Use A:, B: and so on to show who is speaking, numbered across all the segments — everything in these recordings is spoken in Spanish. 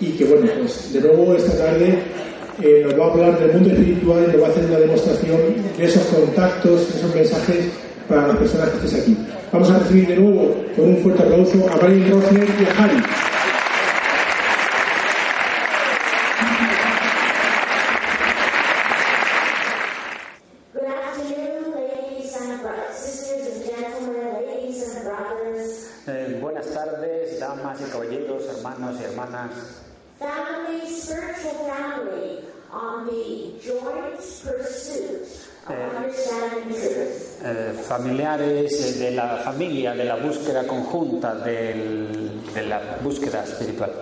A: y que bueno, pues de nuevo esta tarde eh, nos va a hablar del mundo espiritual y nos va a hacer una demostración de esos contactos, de esos mensajes para las personas que estéis aquí. Vamos a recibir de nuevo con un fuerte aplauso a Belin Rosner y a Harry.
B: Good afternoon, ladies and brothers, sisters and gentlemen, ladies and brothers,
C: Eh, buenas tardes, damas y caballeros, hermanos y hermanas.
B: family, spiritual family, on the joint pursuit of understanding truth.
C: eh, familiares eh, de la familia, de la búsqueda conjunta, del- de la búsqueda espiritual.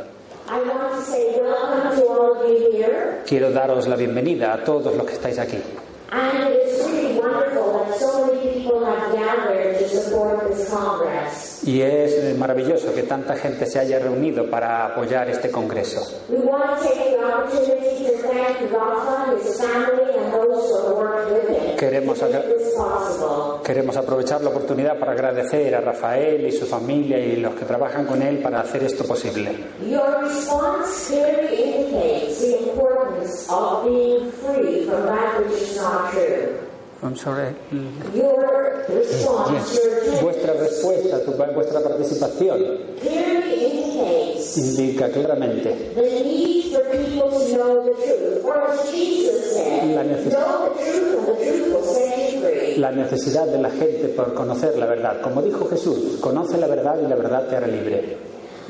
B: I want to say welcome to all of you here,
C: Quiero daros la bienvenida a todos los que estáis aquí.
B: and it's really wonderful that so many people have gathered to support this congress.
C: Y es eh, maravilloso que tanta gente se haya reunido para apoyar este congreso.
B: We want to take the opportunity to thank Rafa, his family, and those who are working with him.
C: Queremos,
B: Make
C: agra-
B: this possible.
C: queremos aprovechar la oportunidad para agradecer a Rafael y su familia y los que trabajan con él para hacer esto posible.
B: Your response clearly indicates the importance of being free from that which is not true.
C: I'm sorry.
B: Your response, your
C: Vuestra respuesta, tu- vuestra participación
B: gift, clearly indicates
C: indica claramente
B: the need for people to know the truth. For as Jesus said,
C: La neces-
B: know the truth and the truth will set you free.
C: la necesidad de la gente por conocer la verdad. Como dijo Jesús, conoce la verdad y la verdad te hará libre.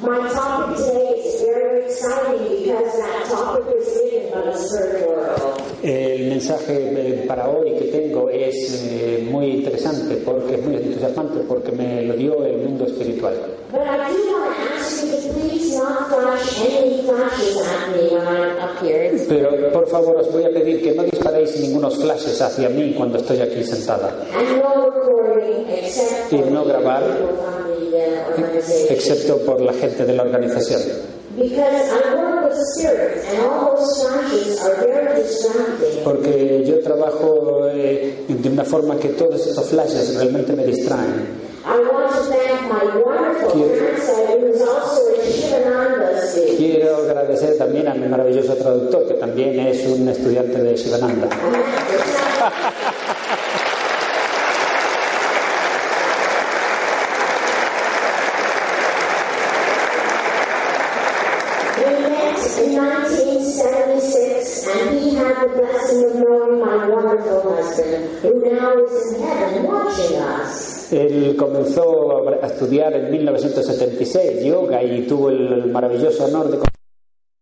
B: My topic today is very exciting because that topic is written from the spirit world.
C: El mensaje eh, para hoy que tengo es eh, muy interesante, porque es muy entusiasmante, porque me lo dio el mundo espiritual.
B: But I do want to ask you to please not flash any flashes at me when I'm up here. It's
C: Pero por favor os voy a pedir que no disparéis ningunos flashes hacia mí cuando estoy aquí sentada,
B: And no recording except for
C: Y no grabar.
B: people from the uh, organization.
C: excepto por la gente de la organización.
B: Because I work with spirits, and all those flashes are very distracting.
C: porque yo trabajo eh, de una forma que todos estos flashes realmente me distraen.
B: I want to thank my wonderful
C: Yes.
B: translator, who is also a Shivananda student.
C: Quiero agradecer también a mi maravilloso traductor, que también es un estudiante de Shivananda.
B: And I- We met in 1976, and he had the blessing of knowing my wonderful husband, who now is in heaven watching us.
C: Él comenzó a estudiar en 1976 yoga y tuvo el maravilloso honor de... con-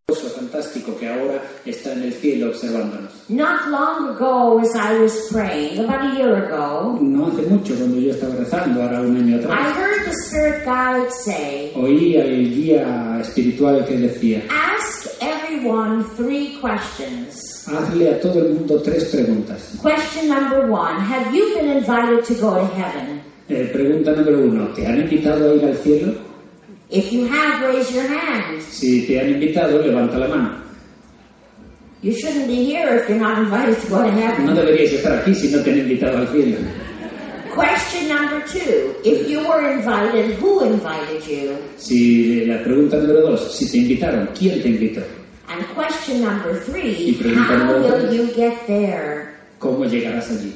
D: esposo fantástico que ahora está en el cielo observándonos.
B: Not long ago, as I was praying, about a year ago,
D: No hace mucho, cuando yo estaba rezando, ahora un año
B: I
D: atrás,
B: heard the Spirit Guide say,
D: oí al guía espiritual que decía,
B: Ask everyone three questions.
D: hazle a todo el mundo tres preguntas.
B: Question number one Have you been invited to go to heaven?
D: Eh, pregunta número uno, ¿te han invitado a ir al cielo?
B: If you have, raise your hand.
D: Si te han invitado, levanta la mano.
B: You shouldn't be here if you're not invited to go to
D: No
B: heaven.
D: deberíais estar aquí si no te han invitado al cielo.
B: Question number two If you were invited, who invited you?
D: Si la pregunta número dos, si te invitaron, ¿quién te invitó?
B: And question number three
D: Y pregunta
B: How
D: número
B: will
D: tres.
B: you get there?
D: ¿Cómo llegarás allí?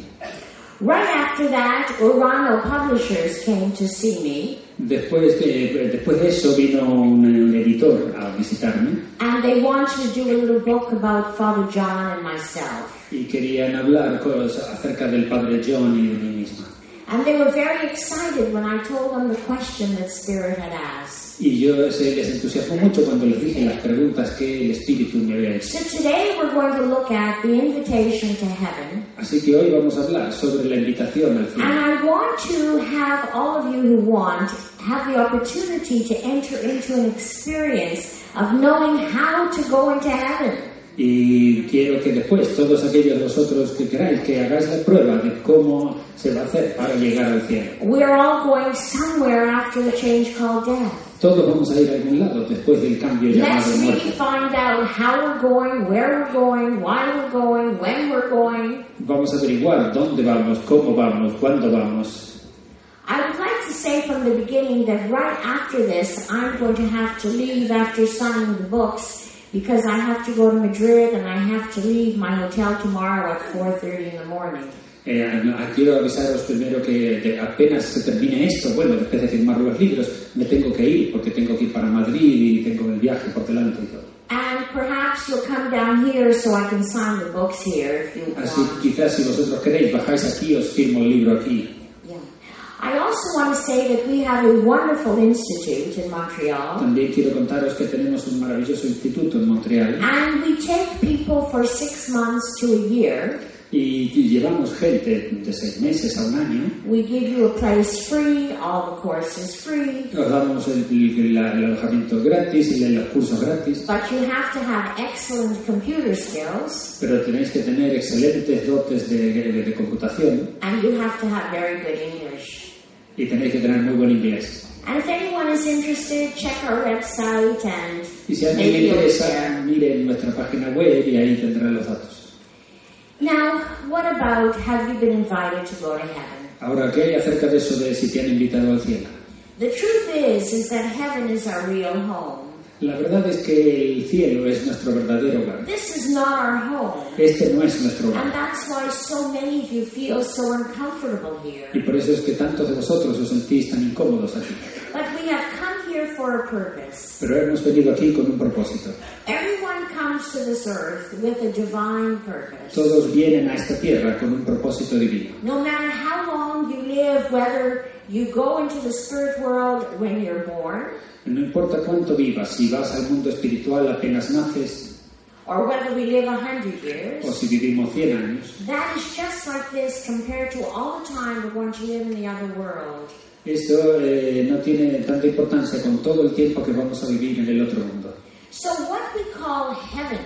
B: Right after that, Urano Publishers came to see me
D: Después de, después de eso vino un editor a visitarme
B: and they wanted to do a little book about Father John and myself.
D: y querían hablar cosas acerca del padre John y de mí misma.
B: And they were very excited when I told them the question that Spirit had asked.
D: Y yo se les entusiasmó mucho cuando les dije las preguntas que el espíritu me había hecho.
B: So today we're going to look at the invitation to heaven.
D: Así que hoy vamos a hablar sobre la invitación al
B: And
D: cielo.
B: I want to have all of you who want have the opportunity to enter into an experience of knowing how to go into heaven.
D: Y quiero que después todos aquellos de vosotros que queráis que hagáis la prueba de cómo se va a hacer para llegar al cielo.
B: We're all going somewhere after the change called death.
D: Todos vamos a ir a algún lado después del cambio llamado
B: Let's
D: muerte.
B: really find out how we're going, where we're going, why we're going, when we're going.
D: Vamos a averiguar dónde vamos, cómo vamos, cuándo vamos.
B: I would like to say from the beginning that right after this, I'm going to have to leave after signing the books because I have to go to Madrid and I have to leave my hotel tomorrow at 4.30 in the morning.
D: Eh, no, quiero avisaros primero que de- apenas se termine esto, bueno, después de firmar los libros, me tengo que ir porque tengo que ir para Madrid y tengo el viaje por delante y todo.
B: And perhaps you'll come down here so I can sign the books here if you
D: Así
B: want.
D: quizás si vosotros queréis bajáis aquí, os firmo el libro aquí.
B: Yeah. I also want to say that we have a wonderful institute in Montreal.
D: También quiero contaros que tenemos un maravilloso instituto en Montreal
B: And we take people for six months to a year.
D: y llevamos gente de seis meses a un año.
B: We give you a place free, all the courses free,
D: Os damos el, el- la- el alojamiento gratis y los cursos gratis,
B: but you have to have excellent computer skills
D: pero tenéis que tener excelentes dotes de, de- de computación
B: and you have to have very good English.
D: y tenéis que tener muy buen inglés.
B: And if anyone is interested, check our website and
D: Y si a alguien le
B: maybe you'll
D: interesa,
B: share.
D: miren nuestra página web y ahí tendrán los datos.
B: Now, what about have you been invited to go to heaven?
D: Ahora, ¿qué hay acerca de eso de si te han invitado al cielo?
B: The truth is, is that heaven is our real home.
D: La verdad es que el cielo es nuestro verdadero hogar.
B: This is not our home.
D: Este no es nuestro hogar.
B: And that's why so many of you feel so uncomfortable here.
D: Y por eso es que tantos de vosotros os sentís tan incómodos aquí.
B: But we have come here for a purpose.
D: Pero hemos venido aquí con un propósito.
B: Everyone comes to this earth with a divine purpose.
D: Todos vienen a esta tierra con un propósito divino.
B: No matter how long you live, whether you go into the spirit world when you're born,
D: No importa cuánto vivas, si vas al mundo espiritual apenas naces
B: or whether we live a hundred
D: o
B: years,
D: si vivimos 100 años,
B: that is just like this compared to all the time we're going to live in the other world.
D: eso eh, no tiene tanta importancia con todo el tiempo que vamos a vivir en el otro mundo.
B: So what we call heaven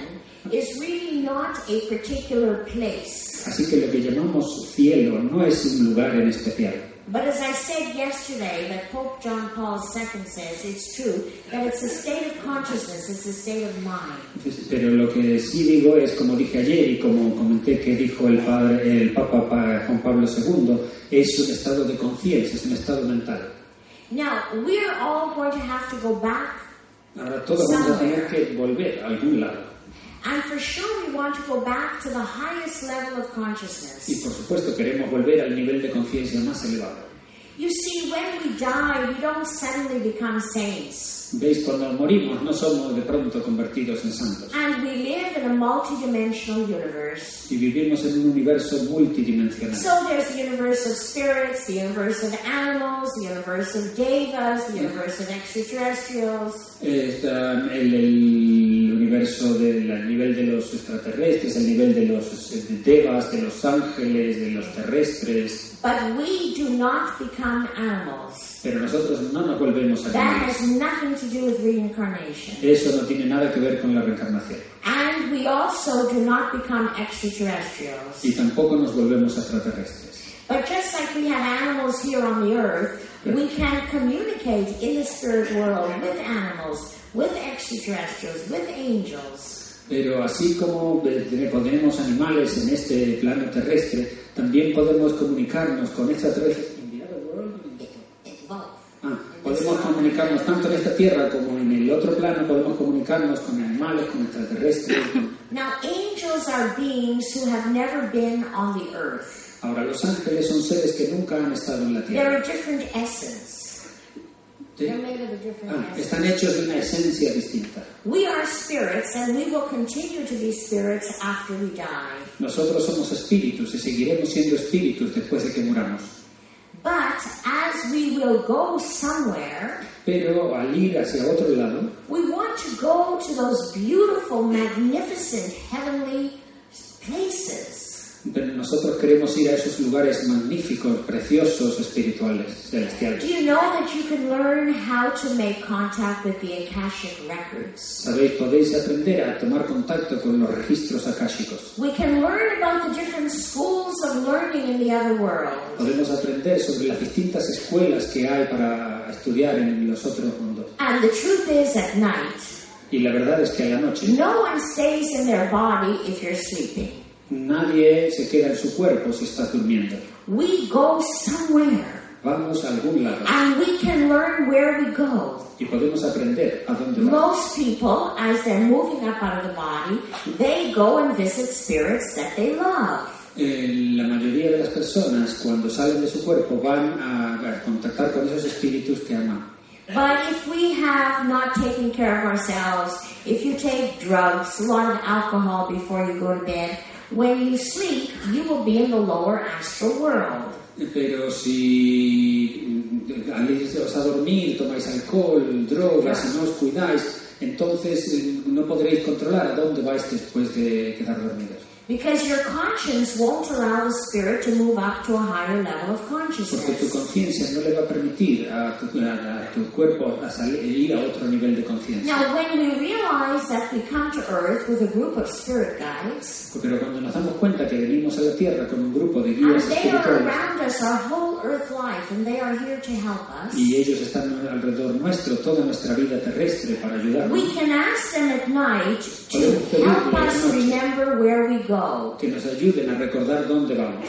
B: is really not a particular place.
D: Así que lo que llamamos cielo no es un lugar en especial.
B: But as I said yesterday, that Pope John Paul II says, it's true, that it's a state of consciousness, it's a state of mind.
D: Pero lo que sí digo es, como dije ayer y como comenté que dijo el, padre, el Papa pa- Juan Pablo II, es un estado de conciencia, es un estado mental.
B: Now, we're all going to have to go back,
D: Ahora todos vamos a tener que volver a algún lado.
B: and for sure we want to go back to the highest level of
D: Y
B: consciousness.
D: por supuesto queremos volver al nivel de conciencia más elevado.
B: You see, when we die, we don't suddenly become saints.
D: Veis, cuando morimos no somos de pronto convertidos en santos.
B: And we live in a multidimensional universe.
D: Y vivimos en un universo multidimensional.
B: So there's the universe of spirits, the universe of animals, the universe of devas, the universe of extraterrestrials.
D: Está um, el, el universo del el nivel de los extraterrestres, el nivel de los eh, de devas, de los ángeles, de los terrestres.
B: But we do not become animals.
D: Pero nosotros no nos volvemos
B: That
D: animales.
B: has nothing to do with reincarnation.
D: Eso no tiene nada que ver con la reencarnación.
B: And we also do not become extraterrestrials.
D: Y tampoco nos volvemos extraterrestres.
B: But just like we have animals here on the earth, we can communicate in the spirit world with animals, with extraterrestrials, with angels.
D: Pero así como eh, tene- tenemos animales en este plano terrestre, también podemos comunicarnos con extraterrestres.
B: Well,
D: Ah, podemos comunicarnos tanto en esta tierra como en el otro plano, podemos comunicarnos con animales, con extraterrestres.
B: Now, angels are beings who have never been on the earth.
D: Ahora, los ángeles son seres que nunca han estado en la tierra.
B: They're a different essence.
D: ¿sí?
B: They're made of a different
D: Ah,
B: essence.
D: están hechos de una esencia distinta.
B: We are spirits and we will continue to be spirits after we die.
D: Nosotros somos espíritus y seguiremos siendo espíritus después de que muramos.
B: But as we will go somewhere,
D: Pero al ir hacia otro lado,
B: we want to go to those beautiful, magnificent, heavenly places.
D: pero nosotros queremos ir a esos lugares magníficos, preciosos, espirituales, celestiales.
B: Do you know that you can learn how to make contact with the Akashic records?
D: Sabéis, podéis aprender a tomar contacto con los registros akáshicos.
B: We can learn about the different schools of learning in the other world.
D: Podemos aprender sobre las distintas escuelas que hay para estudiar en los otros mundos.
B: And the truth is, at night,
D: Y la verdad es que a la noche
B: no one stays in their body if you're sleeping.
D: nadie se queda en su cuerpo si estás durmiendo.
B: We go somewhere,
D: Vamos a algún lado
B: and we can learn where we go.
D: y podemos aprender a dónde vamos.
B: Most people, as they're moving up out of the body, they go and visit spirits that they love.
D: Eh, la mayoría de las personas cuando salen de su cuerpo van a, a contactar con esos espíritus que aman.
B: But if we have not taken care of ourselves, if you take drugs, a lot of alcohol before you go to bed, when you sleep, you will be in the lower astral world.
D: Eh, Pero si mm, al iros a dormir tomáis alcohol, drogas y no os cuidáis, entonces eh, no podréis controlar a dónde vais después de quedar dormidos.
B: Because your conscience won't allow the spirit to move up to a higher level of
D: Porque tu
B: consciousness.
D: conciencia no le va a permitir a tu, a- a tu cuerpo a salir, ir a otro nivel de conciencia.
B: Now, when we realize that we come to Earth with a group of spirit guides,
D: Pero cuando nos damos cuenta que venimos a la Tierra con un grupo de
B: and
D: guías
B: they are
D: espirituales,
B: around us our whole Earth life, and they are here to help us,
D: y ellos están alrededor nuestro toda nuestra vida terrestre para ayudarnos,
B: we can ask them at night to help us remember where we go.
D: que nos ayuden a recordar dónde vamos.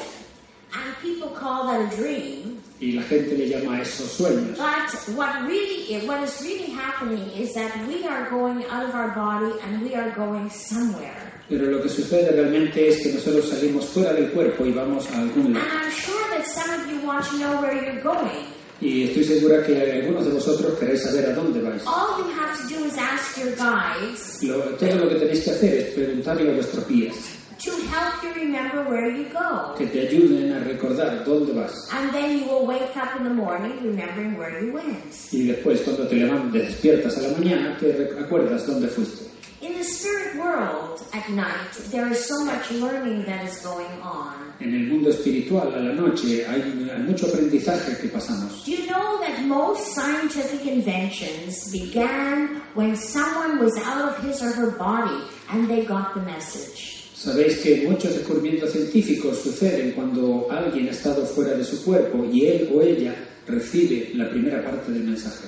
B: And people call that a dream,
D: Y la gente le llama a esos sueños.
B: but what really, what is really happening is that we are going out of our body and we are going somewhere.
D: Pero lo que sucede realmente es que nosotros salimos fuera del cuerpo y vamos a algún
B: And
D: lado.
B: I'm sure that some of you want to know where you're going.
D: Y estoy segura que algunos de vosotros queréis saber a dónde vais.
B: All you have to do is ask your guides
D: Lo- todo lo que tenéis que hacer es preguntarle a vuestros guías
B: to help you remember where you go.
D: que te ayuden a recordar dónde vas.
B: And then you will wake up in the morning remembering where you went.
D: Y después, cuando te levantes, despiertas a la mañana, te re- acuerdas dónde fuiste.
B: In the spirit world at night, there is so much learning that is going on.
D: En el mundo espiritual, a la noche, hay, hay mucho aprendizaje que pasamos.
B: Do you know that most scientific inventions began when someone was out of his or her body and they got the message?
D: Sabéis que muchos descubrimientos científicos suceden cuando alguien ha estado fuera de su cuerpo y él o ella recibe la primera parte del mensaje.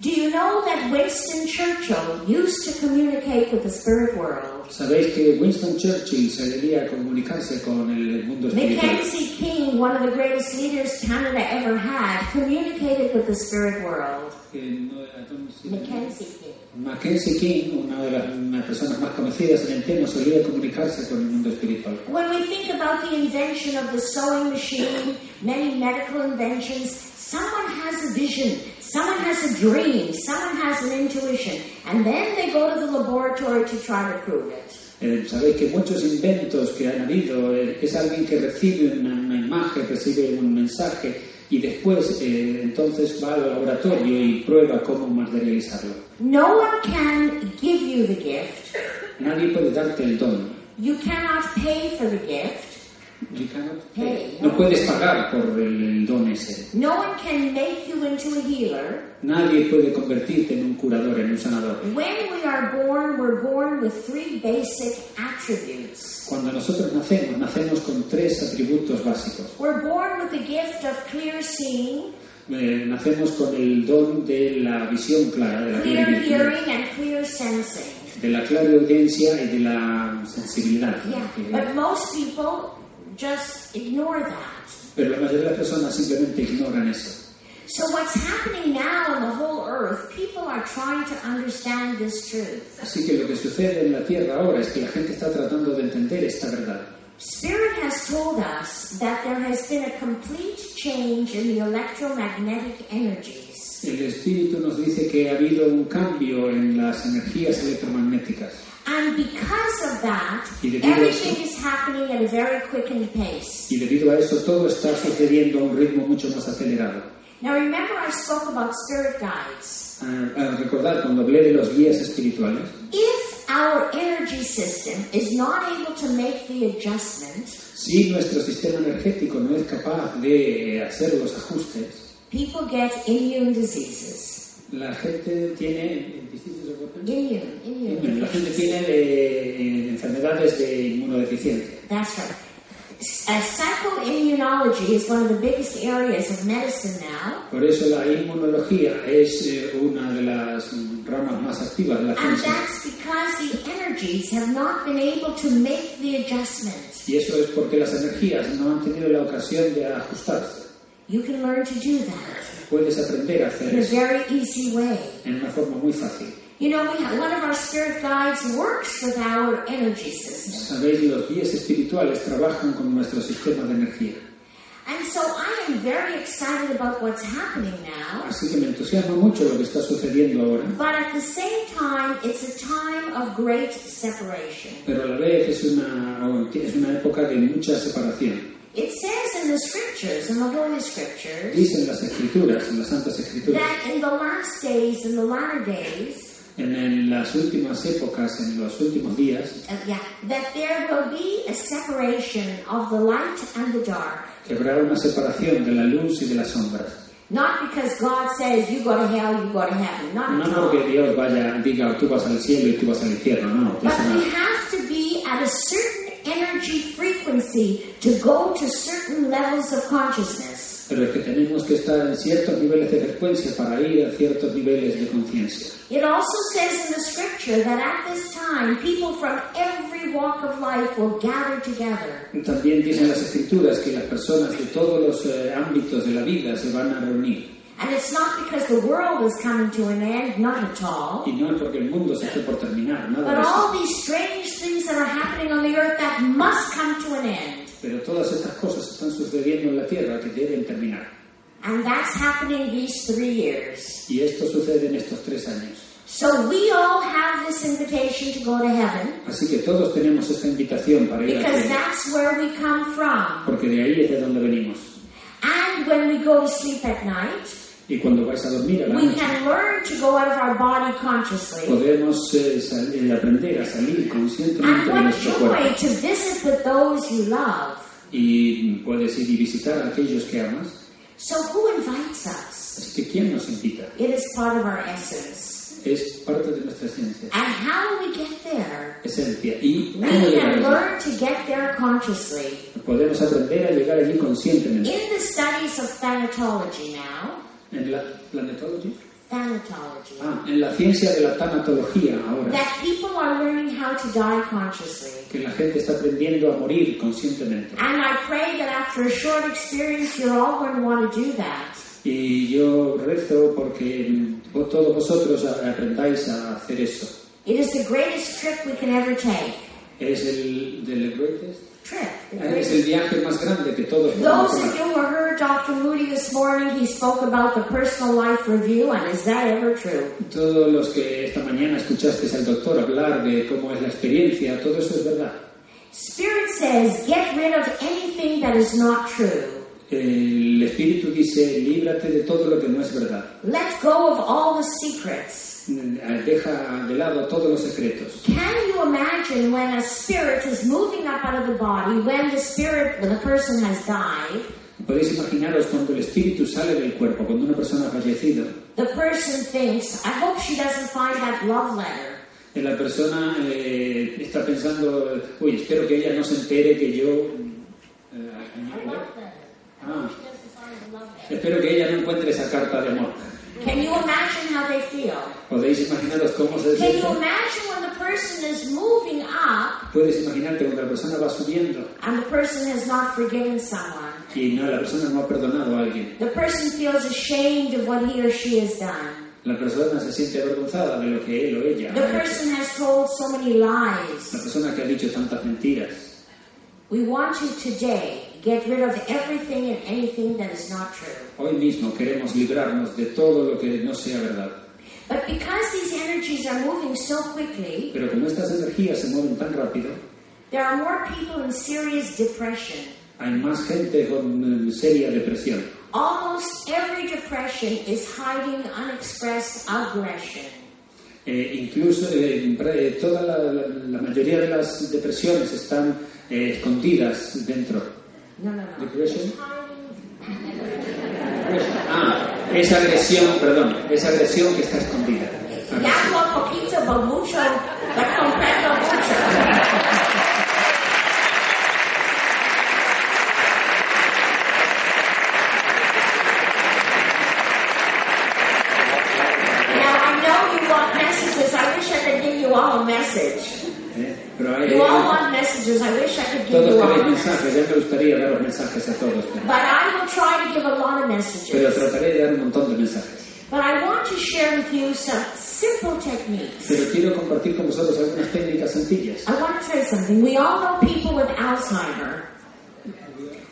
B: Do you know that Winston Churchill used to communicate with the spirit world?
D: Sabéis que Winston Churchill se debía comunicarse con el mundo espiritual.
B: Mackenzie King, one of the greatest leaders Canada ever had, communicated with the spirit world.
D: Eh, no era Tom Sidney.
B: Mackenzie King.
D: Mackenzie King, una de las una personas más conocidas en el tema, solía comunicarse con el mundo espiritual.
B: When we think about the invention of the sewing machine, many medical inventions, someone has a vision, someone has a dream, someone has an intuition, and then they go to the laboratory to try to prove it.
D: Eh, Sabéis que muchos inventos que han habido eh, es alguien que recibe una, una imagen, recibe un mensaje y después eh, entonces va al laboratorio y prueba cómo materializarlo.
B: No one can give you the gift.
D: Nadie puede darte el don.
B: You cannot pay for the gift.
D: You cannot
B: Hey,
D: pay. Eh, no
B: no.
D: puedes pagar por el, el don ese.
B: No one can make you into a healer.
D: Nadie puede convertirte en un curador, en un sanador.
B: When we are born, we're born with three basic attributes.
D: Cuando nosotros nacemos, nacemos con tres atributos básicos.
B: We're born with the gift of clear seeing,
D: Eh, nacemos con el don de la visión clara, de la,
B: clear
D: clarividencia,
B: hearing, and clear sensing.
D: de la clarividencia y de la sensibilidad.
B: Yeah,
D: Que-
B: but most people just ignore that.
D: Pero la mayoría de las personas simplemente ignoran eso.
B: So what's happening now on the whole earth, people are trying to understand this truth.
D: Así que lo que sucede en la Tierra ahora es que la gente está tratando de entender esta verdad.
B: Spirit has told us that there has been a complete change in the electromagnetic energies.
D: El espíritu nos dice que ha habido un cambio en las energías electromagnéticas
B: And because of that,
D: Y debido a
B: everything is happening at a very quickened pace.
D: y debido a eso todo está sucediendo a un ritmo mucho más acelerado.
B: Now remember I spoke about spirit guides.
D: Ah, ah, recordad, cuando hablé de los guías espirituales,
B: If our energy system is not able to make the adjustment,
D: Si nuestro sistema energético no es capaz de eh, hacer los ajustes,
B: people get immune diseases.
D: la gente tiene...
B: Immune, immune.
D: La gente tiene eh, enfermedades de inmunodeficiencia.
B: That's right. S- Uh, psychoimmunology is one of the biggest areas of medicine now,
D: Por eso la inmunología es eh, una de las mm, ramas más activas de la
B: and
D: ciencia.
B: that's because the energies have not been able to make the adjustment.
D: Y eso es porque las energías no han tenido la ocasión de ajustarse.
B: You can learn to do that
D: Puedes aprender a hacer
B: in a
D: eso
B: very easy way.
D: en una forma muy fácil.
B: You know, we have, one of our spirit guides works with our energy system.
D: Sabéis, los guías espirituales trabajan con nuestro sistema de energía.
B: And so I am very excited about what's happening now.
D: Así que me entusiasma mucho lo que está sucediendo ahora,
B: But at the same time, it's a time of great separation.
D: pero a la vez es una, es una época de mucha separación.
B: It says in the scriptures, in the Holy Scriptures,
D: Dicen las escrituras, en las santas escrituras,
B: that in the last days, in the latter days,
D: en, en las últimas épocas, en los últimos días,
B: uh, yeah, that there will be a separation of the light and the dark.
D: que habrá una separación de la luz y de las sombras.
B: Not because God says you go to hell, you go to heaven. Not
D: No
B: at all.
D: porque Dios vaya, diga tú vas al cielo y tú vas al infierno, no.
B: But
D: eso
B: we
D: no.
B: have to be at a certain energy frequency to go to certain levels of consciousness.
D: Pero es que tenemos que estar en ciertos niveles de frecuencia para ir a ciertos niveles de conciencia.
B: It also says in the scripture that at this time, people from every walk of life will gather together.
D: También dicen las escrituras que las personas de todos los eh, ámbitos de la vida se van a reunir.
B: And it's not because the world is coming to an end, not at all.
D: Y no es porque el mundo se esté por terminar, nada
B: But
D: de eso.
B: all these strange things that are happening on the earth that must come to an end.
D: Pero todas estas cosas están sucediendo en la tierra que deben terminar.
B: And that's happening these three years.
D: Y esto sucede en estos tres años.
B: So we all have this invitation to go to heaven
D: Así que todos tenemos esta invitación para ir a
B: because
D: tierra,
B: that's where we come from.
D: porque de ahí es de donde venimos.
B: And when we go to sleep at night,
D: Y cuando vais a dormir a la
B: we
D: noche,
B: can learn to go out of our body consciously.
D: podemos eh, sal- eh, aprender a salir conscientemente
B: And
D: de
B: what
D: nuestro cuerpo.
B: joy to visit with those you love.
D: Y puedes ir y visitar a aquellos que amas.
B: So who invites us?
D: Así que ¿quién nos invita?
B: It is part of our essence.
D: Es parte de nuestra esencia.
B: And how we get there?
D: esencia y
B: We
D: cómo llegar
B: can
D: allí.
B: learn to get there consciously.
D: Podemos aprender a llegar allí conscientemente.
B: In the studies of thanatology now,
D: En la planetología.
B: thanatology,
D: Ah, en la ciencia de la tanatología ahora.
B: that people are learning how to die consciously.
D: Que la gente está aprendiendo a morir conscientemente.
B: And I pray that after a short experience, you're all going to want to do that.
D: Y yo rezo porque mm, vos- todos vosotros a- aprendáis a hacer eso.
B: It is the greatest trip we can ever take.
D: Es el del greatest.
B: Trip. The
D: Ah, Es el
B: greatest.
D: viaje más grande que todos podemos
B: Those of
D: tomar.
B: you who heard Dr. Moody this morning, he spoke about the personal life review, and is that ever true?
D: Todos los que esta mañana escuchasteis al doctor hablar de cómo es la experiencia, todo eso es verdad.
B: Spirit says, get rid of anything that is not true.
D: El Espíritu dice, líbrate de todo lo que no es verdad.
B: Let go of all the secrets.
D: Deja de lado todos los secretos.
B: Can you imagine when a spirit is moving up out of the body, when the spirit, when the person has died,
D: Podéis imaginaros cuando el Espíritu sale del cuerpo, cuando una persona ha fallecido,
B: the person thinks, I hope she doesn't find that love letter.
D: eh, la persona eh, está pensando, uy, espero que ella no se entere que yo... eh,
B: letter.
D: ah,
B: She doesn't find the love letter.
D: espero que ella no encuentre esa carta de amor.
B: Can you imagine how they feel?
D: Podéis imaginaros cómo se
B: Can
D: siente.
B: you imagine when the person is moving up
D: Puedes imaginarte cuando la persona va subiendo
B: and the person has not forgiven someone?
D: y no, la persona no ha perdonado a alguien.
B: The person feels ashamed of what he or she has done.
D: La persona se siente avergonzada de lo que él o ella
B: The
D: ha hecho.
B: person has told so many
D: La
B: lies.
D: persona que ha dicho tantas mentiras.
B: We want you today get rid of everything and anything that is not true.
D: Hoy mismo queremos librarnos de todo lo que no sea verdad.
B: But because these energies are moving so quickly,
D: Pero como estas energías se mueven tan rápido,
B: there are more people in serious depression.
D: hay más gente con eh, seria depresión.
B: Almost every depression is hiding unexpressed aggression.
D: Eh, incluso eh, pre- toda la, la- la mayoría de las depresiones están eh, escondidas dentro.
B: No, no, no.
D: Depression. Ah, esa agresión, perdón, esa agresión que está escondida.
B: Ya no poquito, pero mucho, pero comprendo mucho. Now I know you want messages. I wish I could give you all a message.
D: ¿eh? Pero hay,
B: You all want messages. I wish I could give you
D: todos
B: all.
D: tenéis
B: a message.
D: mensajes, ya me gustaría dar los mensajes a todos, pero-
B: But I will try to give a lot of
D: pero
B: messages.
D: trataré de dar un montón de mensajes.
B: But I want to share with you some simple techniques.
D: Pero quiero compartir con vosotros algunas técnicas sencillas.
B: I want to say something. We all know people with Alzheimer.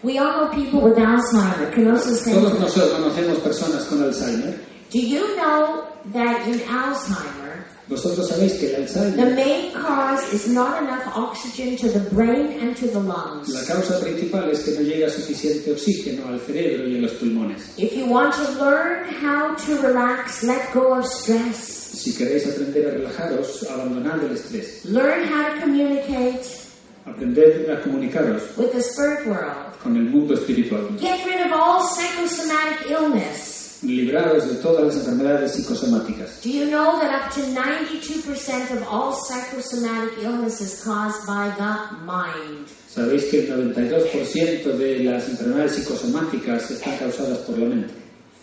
B: We all know people with Alzheimer. Can also
D: Todos
B: say,
D: nosotros conocemos personas con Alzheimer.
B: do you know that in Alzheimer,
D: Vosotros sabéis que el
B: the
D: Alzheimer,
B: main cause is not enough oxygen to the brain and to the lungs?
D: la causa principal es que no llega suficiente oxígeno al cerebro y a los pulmones.
B: If you want to learn how to relax, let go of stress,
D: Si queréis aprender a relajaros, abandonad el estrés.
B: learn how to communicate
D: Aprended a comunicaros
B: with the spirit world,
D: con el mundo espiritual.
B: get rid of all psychosomatic illness.
D: Libraros de todas las enfermedades psicosomáticas.
B: Do you know that up to 92% of all psychosomatic illness is caused by the mind?
D: Sabéis que el 92% de las enfermedades psicosomáticas están causadas por la mente.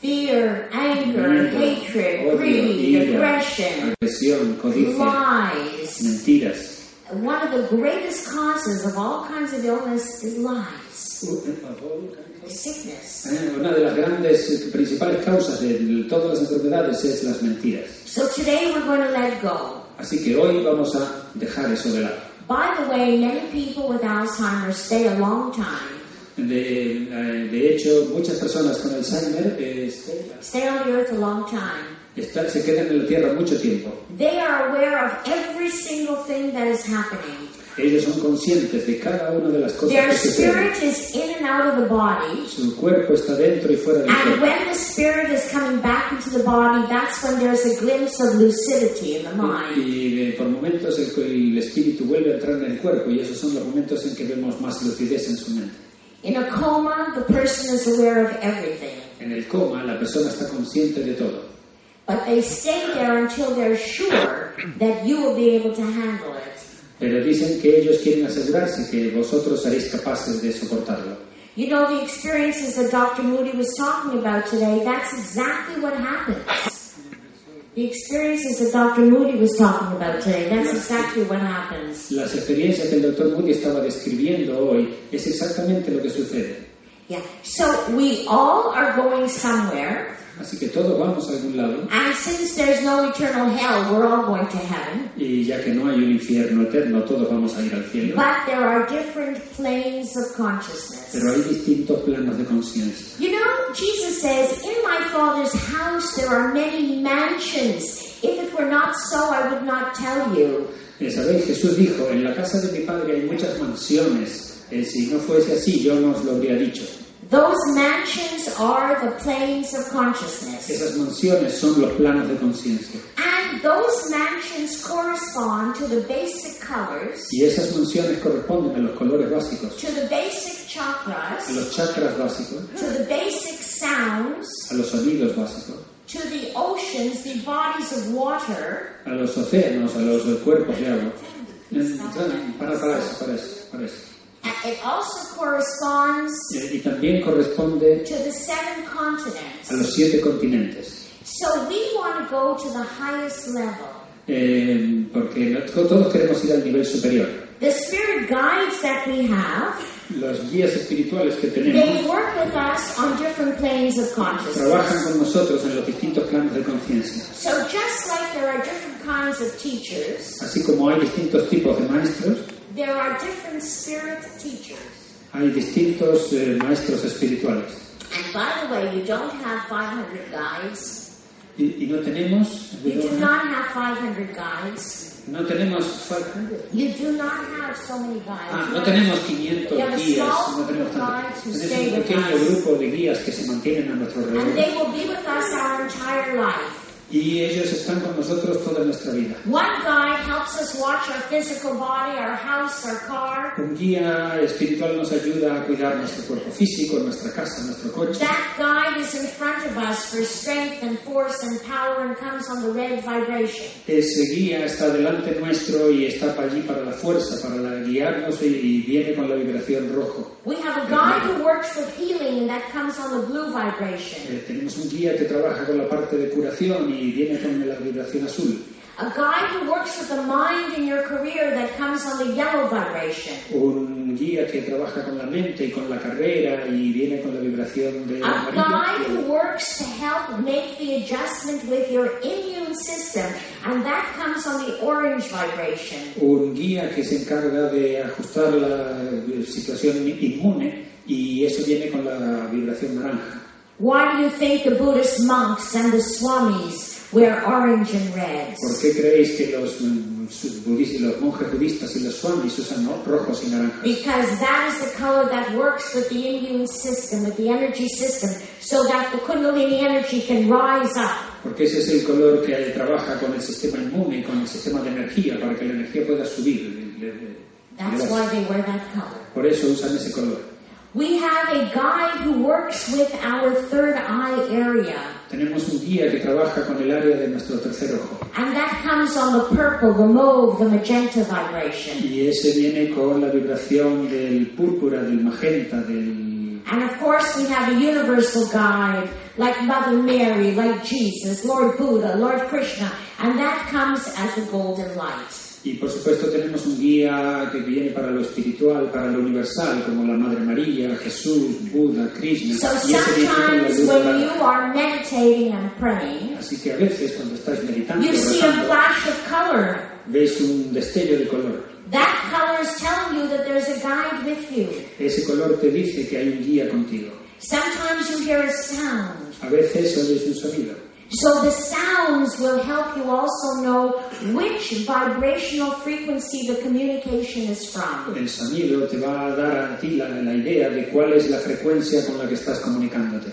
B: Fear, anger,
D: Miedo,
B: hatred,
D: odio,
B: greed,
D: ira,
B: aggression,
D: agresión, codicia,
B: lies.
D: mentiras.
B: One of the greatest causes of all kinds of illness is lies, sickness.
D: Eh, Una de las grandes eh, principales causas de todas las enfermedades es las mentiras.
B: So today we're going to let go.
D: Así que hoy vamos a dejar eso de lado.
B: By the way, many people with Alzheimer's stay a long time,
D: De, eh, de hecho, muchas personas con Alzheimer eh,
B: stay on the earth a long time.
D: están- se quedan en la Tierra mucho tiempo.
B: They are aware of every single thing that is happening.
D: Ellos son conscientes de cada una de las cosas
B: Their
D: que suceden.
B: spirit is in and out of the body.
D: Su cuerpo está dentro y fuera del
B: And
D: cuerpo.
B: when the spirit is coming back into the body, that's when there's a glimpse of lucidity in the mind.
D: Y de- por momentos el, el espíritu vuelve a entrar en el cuerpo y esos son los momentos en que vemos más lucidez en su mente.
B: In a coma, the person is aware of everything,
D: En el coma la persona está consciente de todo,
B: but they stay there until they're sure that you will be able to handle it.
D: pero dicen que ellos quieren asegurarse que vosotros seréis capaces de soportarlo.
B: You know, the experiences that Dr. Moody was talking about today, that's exactly what happens. The experiences that Dr. Moody was talking about today, that's exactly what happens.
D: Las experiencias que el doctor Moody estaba describiendo hoy es exactamente lo que sucede.
B: Yeah. So we all are going somewhere,
D: Así que todos vamos a algún lado
B: and since there's no eternal hell, we're all going to heaven.
D: y ya que no hay un infierno eterno, todos vamos a ir al cielo.
B: But there are different planes of consciousness.
D: Pero hay distintos planos de conciencia.
B: You know, Jesus says, In my Father's house there are many mansions. If it were not so, I would not tell you.
D: Eh, Sabéis, Jesús dijo, en la casa de mi padre hay muchas mansiones. Eh, si no fuese así, yo no os lo habría dicho.
B: Those mansions are the planes of consciousness.
D: Esas mansiones son los planos de conciencia.
B: And those mansions correspond to the basic colors,
D: Y esas mansiones corresponden a los colores básicos,
B: to the basic
D: a
B: chakras,
D: los chakras básicos,
B: to the basic sounds,
D: a los sonidos básicos,
B: to the oceans, the bodies of water,
D: a los océanos, a los cuerpos de agua. Eh, Para, para eso, para eso, para eso.
B: and it also corresponds
D: Eh, Y también corresponde
B: to the seven
D: a
B: continents.
D: los siete continentes.
B: So we want to go to the highest level.
D: Eh, porque no- todos queremos ir al nivel superior.
B: The spirit guides that we have,
D: Los guías espirituales que tenemos
B: they work with us on different planes of
D: trabajan
B: consciousness.
D: con nosotros en los distintos planos de conciencia.
B: So just like there are different kinds of teachers,
D: Así como hay distintos tipos de maestros,
B: there are different spirit teachers.
D: hay distintos eh, maestros espirituales.
B: And by the way, you don't have 500 guides.
D: Y, y no tenemos,
B: You do not have 500 guides.
D: no tenemos,
B: You do not have so many guides.
D: ah, no tenemos 500 guías, no tenemos tantos. Tenemos un pequeño grupo de guías que se mantienen a nuestro
B: And
D: alrededor
B: they will be with us our entire life.
D: Y ellos están con nosotros toda nuestra vida.
B: One guide helps us watch our physical body, our house, our car.
D: Un guía espiritual nos ayuda a cuidar nuestro cuerpo físico, nuestra casa, nuestro coche.
B: That guide is in front of us for strength and force and power and comes on the red vibration.
D: Ese guía está delante nuestro y está para allí para la fuerza, para la- guiarnos y, y viene con la vibración rojo.
B: We have a guide who works with healing and that comes on the blue vibration.
D: Eh, tenemos un guía que trabaja con la parte de curación y viene con la vibración azul.
B: A guide who works with the mind in your career that comes on the yellow vibration.
D: Un guía que trabaja con la mente y con la carrera y viene con la vibración de
B: A guide
D: amarillo.
B: who works to help make the adjustment with your immune system and that comes on the orange vibration.
D: un guía que se encarga de ajustar la eh, situación inmune y eso viene con la vibración naranja.
B: Why do you think the Buddhist monks and the swamis wear orange and
D: ¿Por
B: reds?
D: qué creéis que los, mm, sus budis- los monjes budistas y los swamis usan ¿no? rojos y naranjas?
B: Because that is the color that works with the immune system, with the energy system, so that the Kundalini energy can rise up.
D: Porque ese es el color que trabaja con el sistema inmune y con el sistema de energía para que la energía pueda subir. Le- le-
B: That's
D: le-
B: why they wear that color.
D: Por eso usan ese color.
B: We have a guide who works with our third eye area,
D: Tenemos un guía que trabaja con el área de nuestro tercer ojo
B: and that comes on the purple, the mauve, the magenta vibration.
D: y ese viene con la vibración del púrpura, del magenta, del
B: And of course, we have a universal guide, like Mother Mary, like Jesus, Lord Buddha, Lord Krishna, and that comes as the golden light.
D: Y por supuesto tenemos un guía que viene para lo espiritual, para lo universal, como la Madre María, Jesús, Buda, Krishna.
B: So
D: Y ese viene con la
B: sometimes
D: luz
B: when you
D: dorada.
B: are meditating and praying,
D: Así que a veces cuando estáis meditando,
B: you see a
D: rezando,
B: flash of color.
D: veis un destello de color.
B: That color is telling you that there's a guide with you.
D: Ese color te dice que hay un guía contigo.
B: Sometimes you hear a sound.
D: A veces oyes un sonido.
B: So the sounds will help you also know which vibrational frequency the communication is from.
D: El sonido te va a dar a ti la, la idea de cuál es la frecuencia con la que estás comunicándote.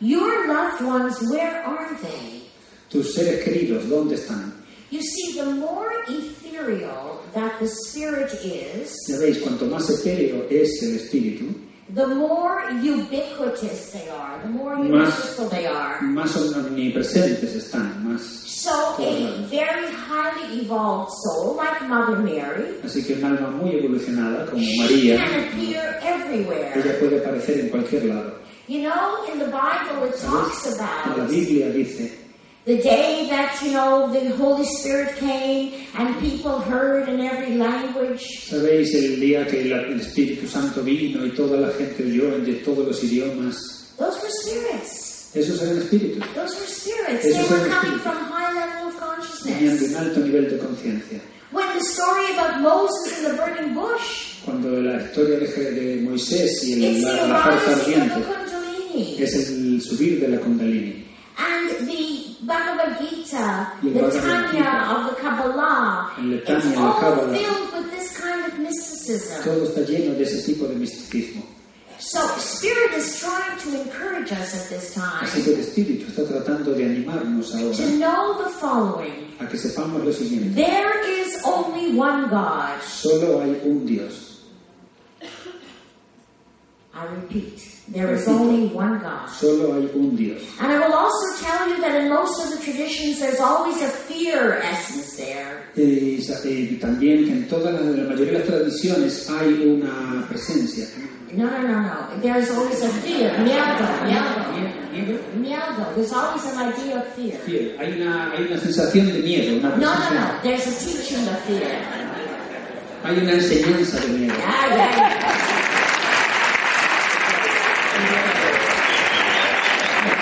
B: Your loved ones, where are they?
D: Tus seres queridos, ¿dónde están?
B: You see, the more ethereal that the spirit is,
D: Ya veis, cuanto más etéreo es el espíritu,
B: the more ubiquitous they are, the more
D: Mas-
B: universal they are.
D: más omnipresentes están, más
B: So a very highly evolved soul, like Mother Mary,
D: Así que un alma muy evolucionada como
B: she
D: María,
B: can appear everywhere.
D: ella puede aparecer en cualquier lado.
B: You know, in the Bible it talks
D: En La
B: about
D: Biblia dice,
B: the day that, you know, the Holy Spirit came and people heard in every language.
D: ¿sabéis el día que la- el Espíritu Santo vino y toda la gente oyó de todos los idiomas?
B: Those were spirits.
D: Esos eran espíritus,
B: Those were spirits.
D: Esos
B: They were
D: son
B: coming
D: espíritus.
B: from high level of
D: tenían de
B: consciousness.
D: un alto nivel de conciencia.
B: When the story about Moses and the burning bush,
D: Cuando la historia de, Je- de Moisés y el-
B: it's
D: la,
B: the
D: la zarza
B: rising of the
D: ardiente
B: Kundalini.
D: es el subir de la Kundalini.
B: And the Bhagavad Gita,
D: The
B: the
D: Bhagavad Gita.
B: Tanya of the Kabbalah,
D: El Tanya
B: it's
D: del
B: all
D: Kabbalah.
B: filled with this kind of mysticism.
D: Todo está lleno de ese tipo de misticismo.
B: So, Spirit is trying to encourage us at this time
D: Así que el Espíritu está tratando de animarnos ahora
B: to know the following
D: a que sepamos lo siguiente.
B: there is only one God.
D: Solo hay un Dios.
B: I repeat, there is only one God.
D: Solo hay un Dios.
B: And I will also tell you that in most of the traditions, there's always a fear essence there.
D: Y, sa- y también que en todas las, la mayoría de las tradiciones hay una presencia.
B: No, no, no, no. There's always a fear. Miedo, miedo, miedo. There's always an idea of fear.
D: Fiel. Hay una, hay una sensación de miedo,
B: No,
D: una
B: no,
D: presencia.
B: no. There's a teaching of fear.
D: Hay una enseñanza de miedo.
B: Yeah, yeah.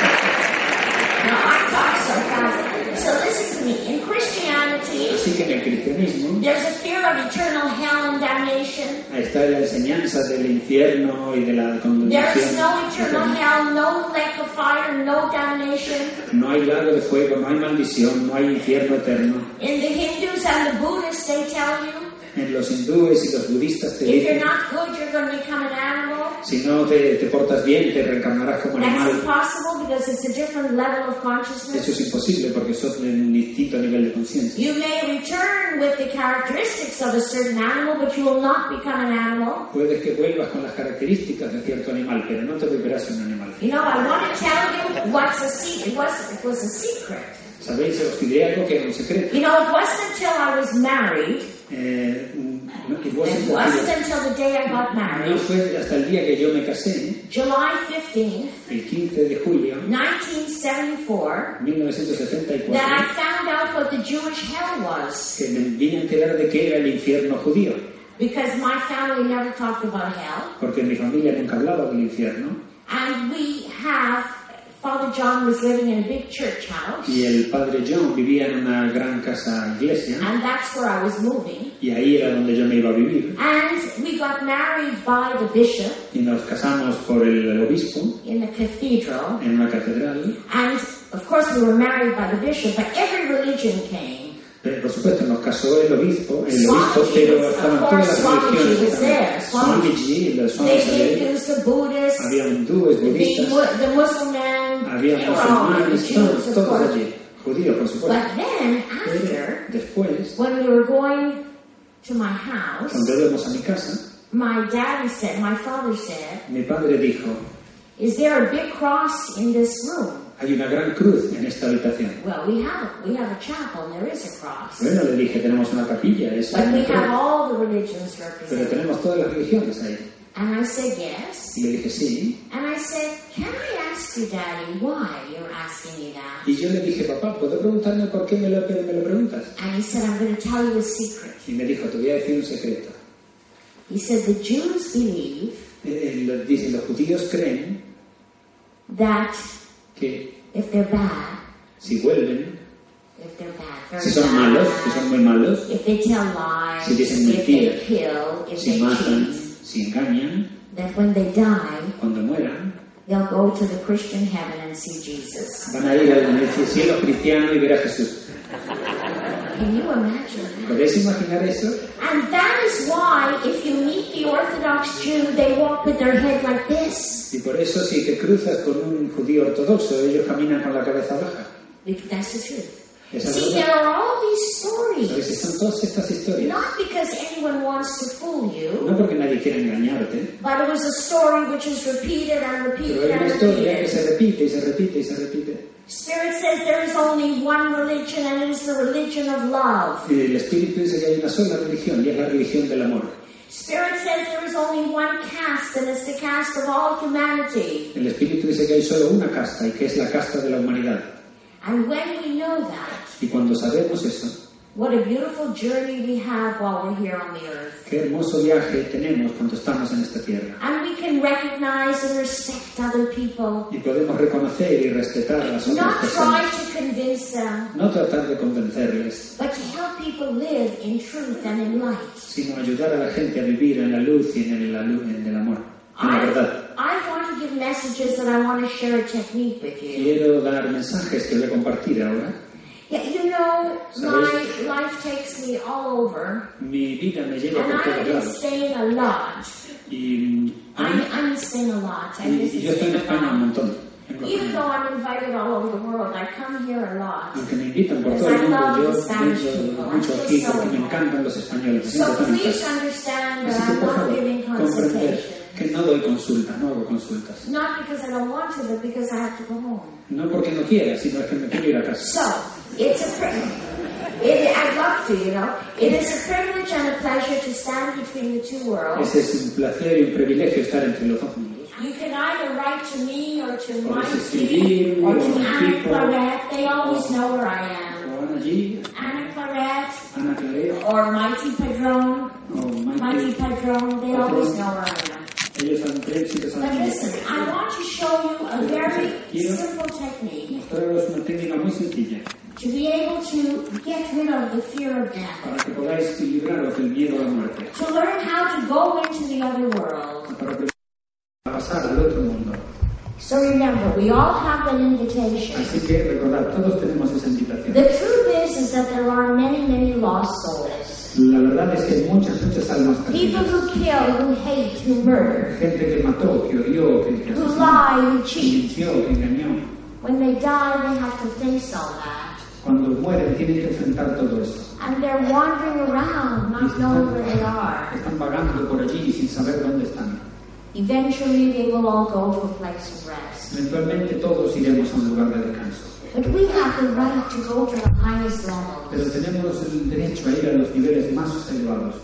B: Now I talk so fast. So listen to me. In Christianity,
D: Así que en el cristianismo
B: there's a fear of eternal hell and damnation.
D: ahí está la enseñanza del infierno y de la
B: There is
D: condenación.
B: no eternal hell, no lake of fire, no damnation.
D: No hay lago de fuego, no hay maldición, no hay infierno eterno.
B: In the Hindus and the Buddhists, they tell you
D: En tienen los hindúes y los budistas te
B: If you're
D: dicen,
B: not good, you're going to become an animal.
D: si no te, te portas bien, te reencarnarás como
B: That's
D: animal.
B: impossible because it's a different level of
D: Eso es
B: consciousness.
D: imposible porque sos de un distinto nivel de conciencia.
B: You may return with the characteristics of a certain animal, but you will not become an animal.
D: Puedes que vuelvas con las características de cierto animal, pero no te volverás un animal.
B: You know, I want to tell you what's a secret. It was, it was a secret.
D: ¿Sabéis? Os diré algo que es un secreto.
B: You know, it wasn't until I was married,
D: Eh, no, que vos
B: it wasn't until the day I got
D: no
B: married,
D: fue hasta el día que yo me casé, ¿eh?
B: July 15,
D: el 15 de julio
B: 1974,
D: de 1974,
B: that I found out what the Jewish hell was.
D: que me vine a enterar de qué era el infierno judío,
B: Because my family never talked about hell.
D: porque mi familia nunca hablaba del infierno
B: And we have, Father John was living in a big church house.
D: y el padre John vivía en una gran casa iglesia
B: And that's where I was moving.
D: y ahí era donde yo me iba a vivir
B: And we got married by the bishop
D: y nos casamos por el obispo
B: in the cathedral.
D: en una catedral.
B: And of course, we were married by the bishop, but every religion came.
D: Pero, por supuesto, nos casó el obispo, el obispo,
B: Swamiji,
D: pero
B: of
D: estaban
B: course,
D: todas las
B: Swamiji
D: religiones.
B: was there.
D: estaban- Swamiji, los
B: The
D: Swamis había-
B: Hindus, the Buddhists,
D: Ah, había hindúes,
B: the,
D: budistas,
B: Mu- the Muslim men,
D: había
B: they were all there, the
D: musulmanes,
B: Jews,
D: todos,
B: of
D: todos
B: course.
D: allí, judíos, por supuesto.
B: But then after,
D: Después,
B: when we were going to my house,
D: cuando íbamos a mi casa,
B: my daddy said, my father said,
D: mi padre dijo,
B: "Is there a big cross in this room?"
D: hay una gran cruz en esta habitación.
B: Well, we have we have a chapel and there is a cross,
D: Bueno, le dije, tenemos una capilla, es
B: but we
D: una
B: have
D: cruz,
B: all the religions
D: pero
B: represented.
D: tenemos todas las religiones ahí.
B: And I said yes,
D: Y le dije, sí.
B: and I said, "Can I ask you, Daddy, why you're asking me that?"
D: Y yo le dije, papá, ¿puedo preguntarme por qué me lo, me lo preguntas?
B: And he said, "I'm going to tell you a secret."
D: Y me dijo, te voy a decir un secreto.
B: He said, "The Jews believe
D: Eh, eh, los, dicen, los judíos creen
B: that
D: que
B: if they're bad,
D: si vuelven,
B: if they're bad,
D: si
B: very
D: son malos, si
B: bad,
D: son muy malos,
B: If they tell lies,
D: Si dicen
B: if they
D: mentiras,
B: kill, if
D: si
B: they
D: matan,
B: cheat,
D: si engañan,
B: that when they die,
D: cuando mueran,
B: they'll go to the Christian heaven and see Jesus.
D: van a ir al cielo cristiano y ver a Jesús.
B: Can you imagine?
D: ¿Podéis imaginar eso?
B: And that is why, if you meet the Orthodox Jew, they walk with their head like this.
D: Y por eso si te cruzas con un judío ortodoxo, ellos caminan con la cabeza baja.
B: Because that's the truth.
D: Esa es la
B: See,
D: verdad.
B: there are all these stories.
D: Entonces, están todas estas historias.
B: Not because anyone wants to fool you,
D: No porque nadie quiera engañarte,
B: but it was a story which is repeated and
D: pero
B: repeated
D: es una
B: and
D: historia que
B: repeated.
D: se repite y se repite y se repite.
B: Spirit says there is only one religion, and it is the religion of love.
D: Y el espíritu dice que hay una sola religión y es la religión del amor.
B: Spirit says there is only one caste, and it's the caste of all humanity.
D: El espíritu dice que hay solo una casta y que es la casta de la humanidad.
B: And when we know that,
D: Y cuando sabemos eso,
B: what a beautiful journey we have while we're here on the earth.
D: qué hermoso viaje tenemos cuando estamos en esta tierra.
B: And we can recognize and respect other people,
D: Y podemos reconocer y respetar a las otras
B: not try
D: personas.
B: to convince them,
D: No tratar de convencerles,
B: but to help people live in truth and in light.
D: sino ayudar a la gente a vivir en la luz y en el, la luz- en el amor, en la verdad.
B: I, I want to give messages that I want to share a technique with you.
D: Quiero dar mensajes que voy a compartir ahora.
B: Yeah, you know, my life takes me all over,
D: Mi vida me
B: and
D: lleva por
B: I've
D: todos
B: been
D: lados.
B: staying a lot.
D: Y,
B: I'm, I'm in Spain a lot. I
D: y-
B: visit
D: y yo estoy
B: Spain
D: en
B: a
D: España un
B: lot.
D: montón.
B: Even though I'm invited all over the world, I come here a lot.
D: Aunque me invitan por todo el mundo, yo vengo mucho aquí porque me encantan los españoles. Me
B: So
D: siento tan en
B: please
D: casa.
B: understand that
D: Así que
B: I'm
D: por
B: not
D: favor,
B: giving
D: comprender
B: consultation.
D: que no doy consultas, no hago consultas.
B: Not because I don't want to, but because I have to go home.
D: No porque no quiera, sino es que me quiero ir a casa.
B: So it's a privilege. It, I'd love to, you know. It is a privilege and a pleasure to stand between the two worlds.
D: Ese es un placer y un privilegio estar entre los dos mundos.
B: You can either write to me or to my
D: Puedes
B: team
D: escribir,
B: or to
D: o
B: Anna
D: tipo.
B: Claret. They always know where I am.
D: O Ana allí,
B: Anna Claret.
D: Ana Clareo,
B: or Mighty Padrone,
D: o
B: Oh, Mighty
D: Michael.
B: Padrone, they always know where I am.
D: Ellos saben tres, ellos
B: But
D: saben
B: listen, I want to show you a very simple technique
D: Mostraros una técnica muy sencilla
B: to be able to get rid of the fear of death,
D: para que podáis libraros del miedo a la muerte.
B: to learn how to go into the other world.
D: Para pre- para pasar al otro mundo.
B: So remember, we all have an invitation.
D: Así que recordad, todos tenemos esa invitación.
B: The truth is, is that there are many, many lost souls.
D: La verdad es que muchas, muchas almas
B: People
D: perdidas,
B: who kill, who hate, who murder,
D: gente que mató, que oyó, que que
B: who
D: asesinó,
B: lie, who
D: que
B: cheat,
D: mintió, que engañó,
B: when they die, they have to face all that.
D: cuando mueren tienen que enfrentar todo eso.
B: And they're wandering around, not knowing where they are.
D: Están vagando por allí sin saber dónde están.
B: Eventually, they will all go to a place of rest.
D: Eventualmente todos iremos a un lugar de descanso,
B: But we have the right to go to the highest level.
D: pero tenemos el derecho a ir a los niveles más elevados.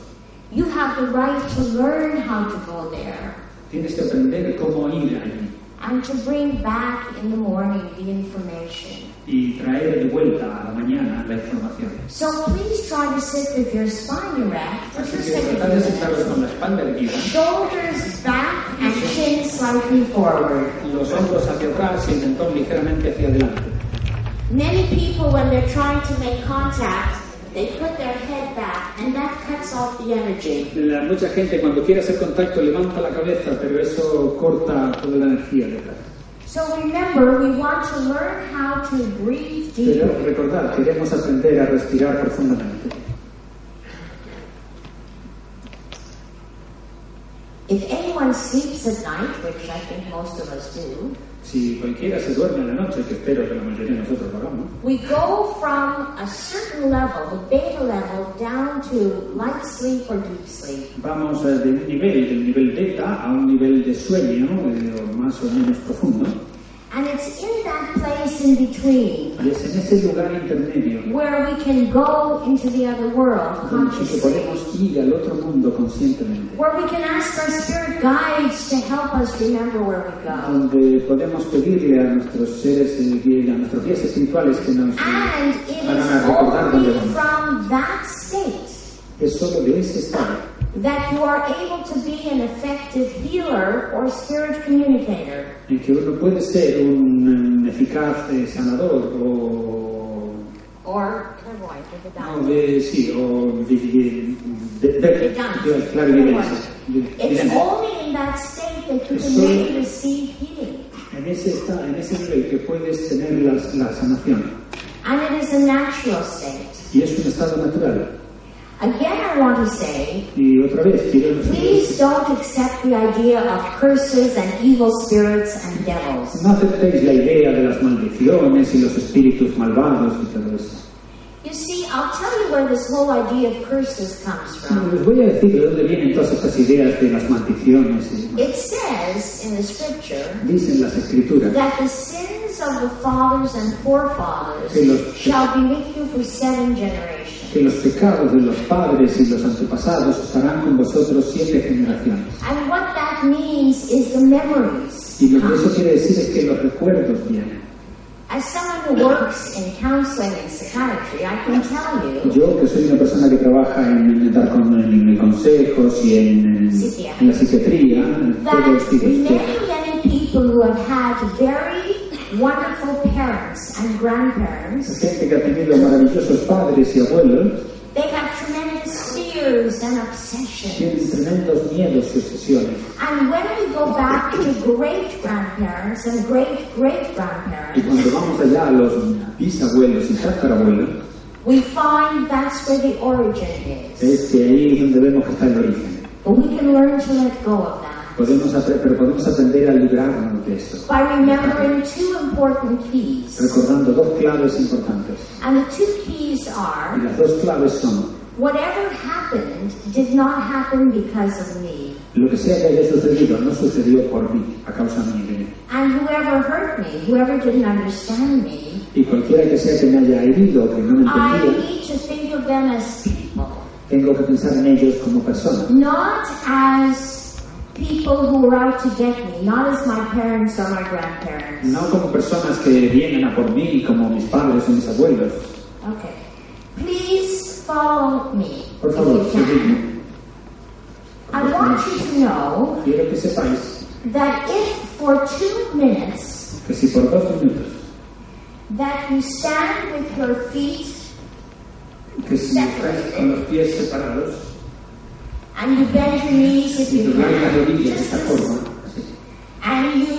B: You have the right to learn how to go there
D: Tienes que aprender cómo ir allí
B: and to bring back in the morning the information.
D: y traer de vuelta a la mañana la información.
B: So please try to sit with your spine erect for
D: Así
B: just
D: que
B: a
D: tratar de
B: minute.
D: sentaros con la espalda erguida,
B: Shoulders back and chin slightly forward.
D: los hombros hacia atrás y el mentón ligeramente hacia adelante.
B: Many people, when they're trying to make contact, they put their head back and that cuts off the energy.
D: La- mucha gente cuando quiere hacer contacto levanta la cabeza, pero eso corta toda la energía detrás.
B: So remember, we want to learn how to breathe
D: Pero
B: deep.
D: recordad, queremos aprender a respirar profundamente.
B: If anyone sleeps at night, which I think most of us do,
D: Si cualquiera se duerme en la noche, que espero que la mayoría de nosotros lo hagamos,
B: We go from a certain level, the beta level, down to light sleep or deep sleep.
D: vamos eh, de un nivel, del nivel beta, a un nivel de sueño, eh, o más o menos profundo.
B: And it's in that place in between
D: Y es en ese lugar intermedio
B: where we can go into the other world
D: donde que
B: consciously,
D: podemos ir al otro mundo conscientemente,
B: where we can ask our spirit guides to help us remember where we go.
D: donde podemos pedirle a nuestros seres, eh, guía- a nuestros guías espirituales que nos... eh,
B: And it
D: hagan
B: is
D: recordar dónde
B: only
D: vamos.
B: from that state
D: Es solo de ese estado
B: that you are able to be an effective healer or spirit communicator.
D: en que uno puede ser un eh, eficaz eh, sanador o...
B: Or clairvoyant, or
D: o
B: divine.
D: de, sí, o de, de, de, de- de- clarividencia, de-
B: It's
D: vidente.
B: only in that state that you can
D: Eso-
B: really receive healing.
D: En ese, esta- en ese nivel que puedes tener la, la sanación.
B: And it is a natural state.
D: Y es un estado natural.
B: Again, I want to say,
D: Y otra vez, quiero
B: please don't accept the idea of curses and evil spirits and devils.
D: No aceptéis la idea de las maldiciones y los espíritus malvados y todo eso.
B: You see, I'll tell you where this whole idea of curses comes from.
D: Les voy a decir de dónde vienen todas estas ideas de las maldiciones. y demás.
B: It says in the scripture
D: Dicen las escrituras
B: that the sins of the fathers and forefathers shall be with you for seven generations.
D: que los pecados de los padres y los antepasados estarán con vosotros siete generaciones.
B: And what that means is the memories.
D: Y lo que eso quiere decir es que los recuerdos vienen.
B: As someone who works in counseling and psychiatry, I can tell you
D: Yo, que soy una persona que trabaja en, dar con, en, consejos y en, en la psiquiatría, en
B: that
D: todo este tipo de-
B: many, many people who have had very wonderful parents and grandparents,
D: gente que ha tenido maravillosos padres y abuelos,
B: they have tremendous fears and obsessions.
D: tienen tremendos miedos y obsesiones.
B: And when we go back to great grandparents and great great
D: Y
B: grandparents,
D: cuando vamos allá a los bisabuelos y tatarabuelos,
B: we find that's where the origin is.
D: es que ahí es donde vemos que está el origen.
B: But we can learn to let go of that.
D: Podemos apre- pero podemos aprender a librarnos de eso,
B: by remembering two important keys.
D: recordando dos claves importantes.
B: And the two keys
D: Y
B: are
D: las dos claves son,
B: whatever happened did not happen because of me.
D: lo que sea que haya sucedido no sucedió por mí, a causa mía.
B: And whoever hurt me, whoever didn't understand me,
D: Y cualquiera que sea que me haya herido o que no me
B: I
D: entendiera,
B: need to think of them as people,
D: tengo que pensar en ellos como personas.
B: not as people who were out to get me, not as my parents or my grandparents.
D: No como personas que vienen a por mí como mis padres o mis abuelos.
B: Okay. Please follow me
D: Por
B: if
D: favor,
B: you can.
D: seguidme.
B: I want you to know
D: Quiero que sepáis
B: that if for two minutes
D: que si por dos minutos,
B: that you stand with your feet
D: que si estáis con los pies separados
B: and you bend your knees if
D: y
B: you
D: dobláis las
B: can,
D: rodillas de
B: just
D: esta
B: as-
D: forma, así,
B: and you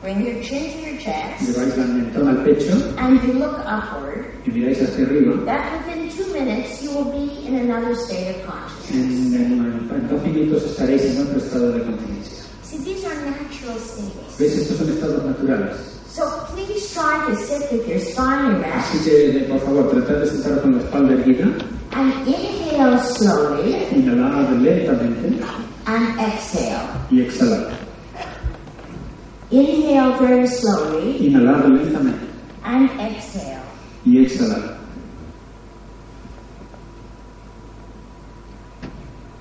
B: bring your chin to your chest
D: lleváis la mentón al pecho
B: and you look upward,
D: y miráis hacia arriba,
B: that within two minutes, you will be in another state of consciousness.
D: En, en- en dos minutos estaréis en otro estado de conciencia.
B: See, these are natural states.
D: ¿Veis? Estos son estados naturales.
B: So please try to sit with your spine erect
D: Así que, por favor, tratad de sentar con la espalda erguida,
B: and inhale slowly
D: inhalad lentamente
B: and exhale.
D: y exhalad.
B: Inhale very slowly
D: Inhalad lentamente
B: and exhale.
D: y exhalad.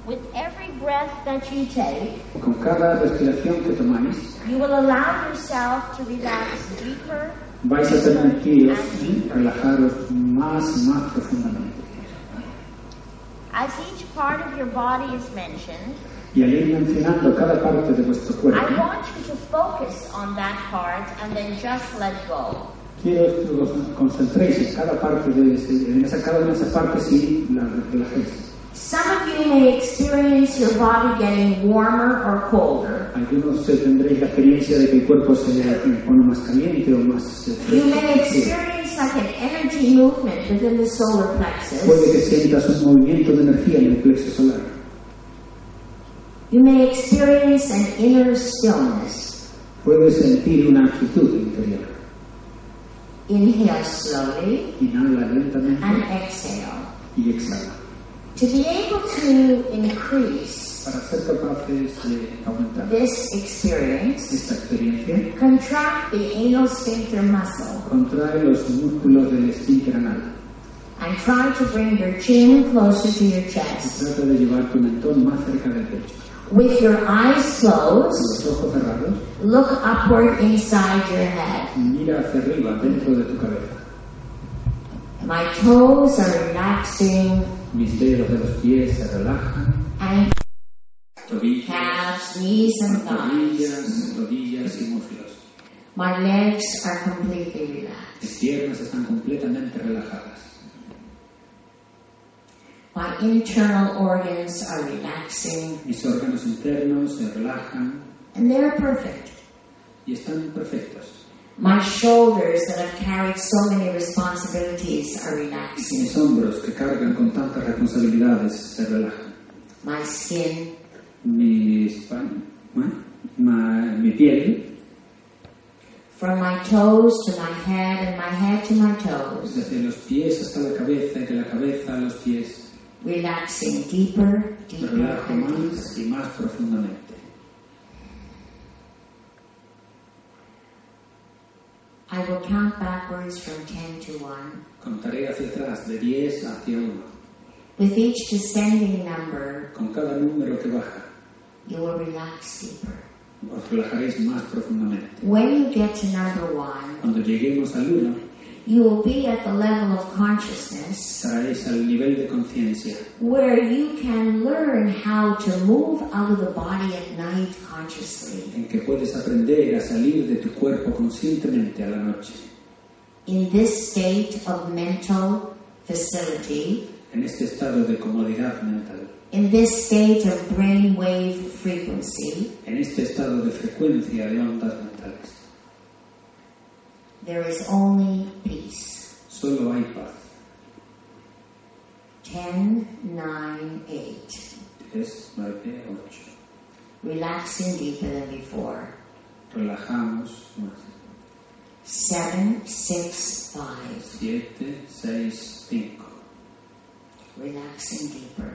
B: With every breath that you take,
D: Con cada respiración que tomáis,
B: you will allow yourself to relax deeper
D: vais a permitiros relajaros más, más profundamente.
B: As each part of your body is mentioned,
D: Y al ir mencionando cada parte de vuestro
B: I
D: cuerpo,
B: want you to focus on that part and then just let go.
D: quiero que os concentréis en cada parte de ese- en esa, cada una de esas partes y la relajéis.
B: Some of you may experience your body getting warmer or colder.
D: Algunos eh, tendréis la experiencia de que el cuerpo se eh, pone más caliente o más eh,
B: You may
D: fresco.
B: experience like an energy movement within the solar
D: Puede
B: plexus.
D: que sientas un movimiento de energía en el plexo solar.
B: You may experience an inner stillness.
D: Puedes sentir una actitud interior.
B: Inhale slowly
D: Inhala
B: and
D: lentamente
B: exhale.
D: y exhala.
B: To be able to increase
D: Para ser capaces de aumentar
B: this experience,
D: esta experiencia,
B: contract the anal sphincter muscle.
D: contrae los músculos del esfínter anal.
B: and try to bring your chin closer to your chest.
D: Trata de llevar tu mentón más cerca del pecho.
B: With your eyes
D: Con
B: closed,
D: los ojos cerrados,
B: look upward inside your head.
D: mira hacia arriba, dentro de tu cabeza.
B: My toes are relaxing
D: Mis dedos de los pies se relajan.
B: and
D: Tobillos.
B: calves, knees and thighs.
D: Rodillas, rodillas y muslos.
B: My legs are completely relaxed.
D: Mis piernas están completamente relajadas.
B: My internal organs are relaxing
D: Mis órganos internos se relajan
B: and they're perfect.
D: y están perfectos.
B: My shoulders that have carried so many responsibilities are relaxing.
D: Mis hombros que cargan con tantas responsabilidades se relajan.
B: My skin,
D: Mis pan- ma- ma- mi piel,
B: from my toes to my head and my head to my toes.
D: desde los pies hasta la cabeza y de la cabeza a los pies,
B: relaxing deeper,
D: me
B: deeper,
D: relajo
B: and deeper.
D: más y más profundamente.
B: I will count backwards from 10 to 1.
D: Contaré hacia atrás de 10 hacia 1.
B: With each descending number,
D: Con cada número que baja,
B: you will relax deeper.
D: os relajaréis más profundamente.
B: When you get to number 1,
D: Cuando lleguemos al 1,
B: you will be at the level of consciousness
D: estaréis al nivel de conciencia
B: where you can learn how to move out of the body at night consciously.
D: en que puedes aprender a salir de tu cuerpo conscientemente a la noche.
B: In this state of mental facility,
D: En este estado de comodidad mental,
B: in this state of brainwave frequency,
D: en este estado de frecuencia de ondas mentales,
B: there is only peace.
D: solo hay paz.
B: Ten, nine, eight.
D: 3, 9, 8.
B: Relaxing deeper than before.
D: Relajamos más.
B: Seven, six, five.
D: 7, 6, 5.
B: Relaxing deeper.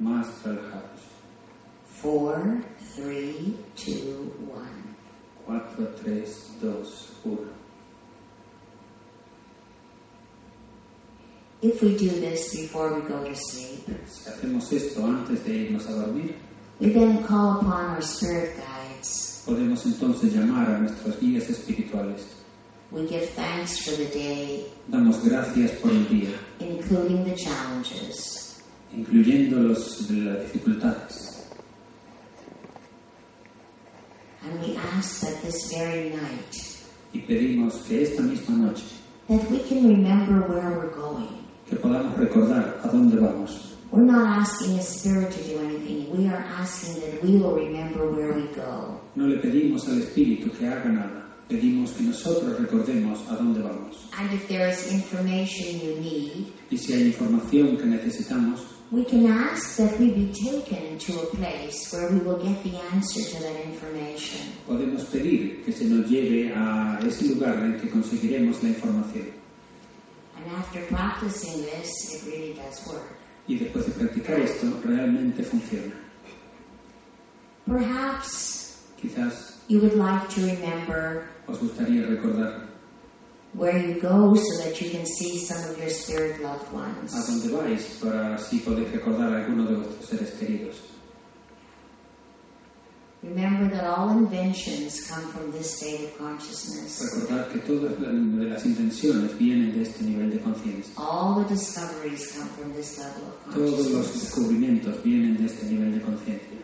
D: Más relajados.
B: Four, three, two, one.
D: 4, 3, 2, 1.
B: If we do this before we go to sleep,
D: Si hacemos esto antes de irnos a dormir,
B: we then call upon our spirit guides.
D: podemos entonces llamar a nuestros guías espirituales.
B: We give thanks for the day,
D: Damos gracias por el día.
B: including the challenges.
D: incluyendo los, las dificultades.
B: And we ask that this very night,
D: Y pedimos que esta misma noche,
B: that we can remember where we're going.
D: que podamos recordar a dónde vamos.
B: We're not asking a spirit to do anything. We are asking that we will remember where we go.
D: No le pedimos al Espíritu que haga nada, pedimos que nosotros recordemos a dónde vamos.
B: And if there is information you need,
D: Y si hay información que necesitamos,
B: we can ask that we be taken to a place where we will get the answer to that information.
D: podemos pedir que se nos lleve a ese lugar en que conseguiremos la información.
B: And after practicing this, it really does work.
D: Y después de practicar esto, realmente funciona.
B: Perhaps
D: Quizás
B: you would like to remember
D: os gustaría recordar
B: where you go so that you can see some of your spirit loved
D: a
B: ones.
D: dónde vais para así podéis recordar a alguno de vuestros seres queridos.
B: Remember that all inventions come from this state of consciousness.
D: Recordar que todas la- de las intenciones vienen de este nivel de conciencia.
B: All the discoveries come from this level of
D: Todos los
B: consciousness.
D: descubrimientos vienen de este nivel de conciencia.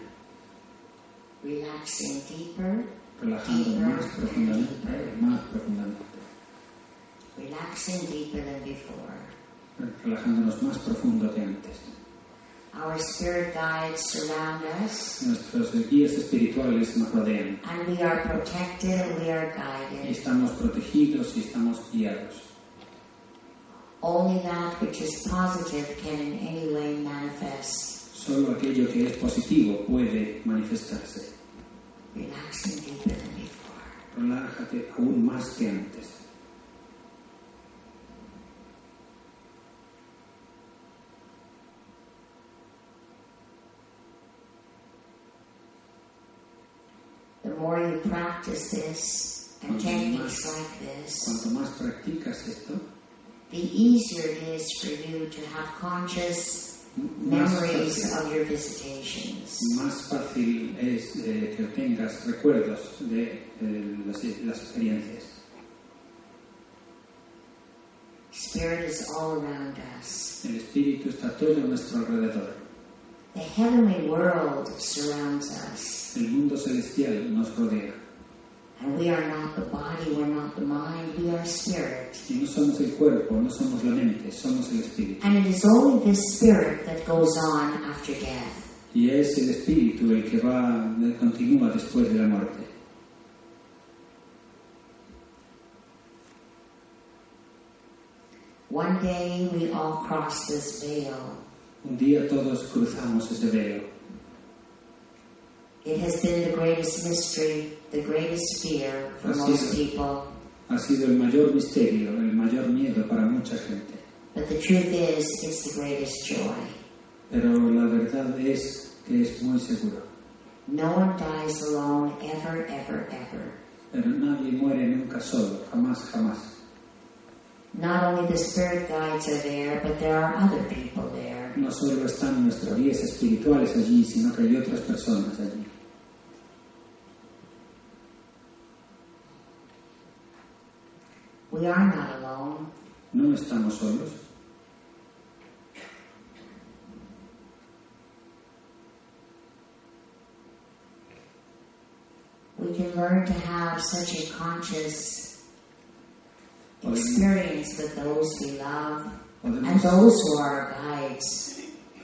B: Relaxing deeper,
D: Relajando más profundamente, más profundamente.
B: relaxing deeper than before.
D: Relajándonos más profundo que antes.
B: Our spirit guides surround us,
D: Nuestros guías espirituales nos rodean.
B: and we are protected and we are
D: Y
B: guided.
D: Estamos protegidos y estamos guiados.
B: Only that which is positive can in any way manifest.
D: Solo aquello que es positivo puede manifestarse.
B: Relaxing deeper than before.
D: Relájate aún más que antes.
B: The more you practice this and
D: Mhm.
B: techniques like this,
D: Cuanto más practicas esto,
B: the easier it is for you to have conscious
D: más
B: memories
D: fácil,
B: of your visitations.
D: más fácil es eh, que obtengas recuerdos de eh, las, las experiencias.
B: Spirit is all around us.
D: El espíritu está todo a nuestro alrededor.
B: The heavenly world surrounds us.
D: El mundo celestial nos rodea.
B: And we are not the body, we're not the mind, we are spirit.
D: Y no somos el cuerpo, no somos la mente, somos el espíritu.
B: And it is only this spirit that goes on after death.
D: Y es el espíritu el que va, continúa después de la muerte.
B: One day we all cross this veil.
D: Un día todos cruzamos ese velo.
B: It has been the greatest mystery, the greatest fear for
D: Así
B: most
D: es.
B: people.
D: Ha sido el mayor misterio, el mayor miedo para mucha gente.
B: But the truth is, it's the greatest joy.
D: Pero la verdad es que es muy seguro.
B: No one dies alone ever, ever, ever.
D: Pero nadie muere nunca solo, jamás, jamás.
B: Not only the spirit guides are there, but there are other people there.
D: No solo están nuestros guías espirituales allí, sino que hay otras personas allí.
B: We are not alone.
D: No estamos solos.
B: We can learn to have such a conscious experience with those we love and
D: Podemos,
B: those who are our guides.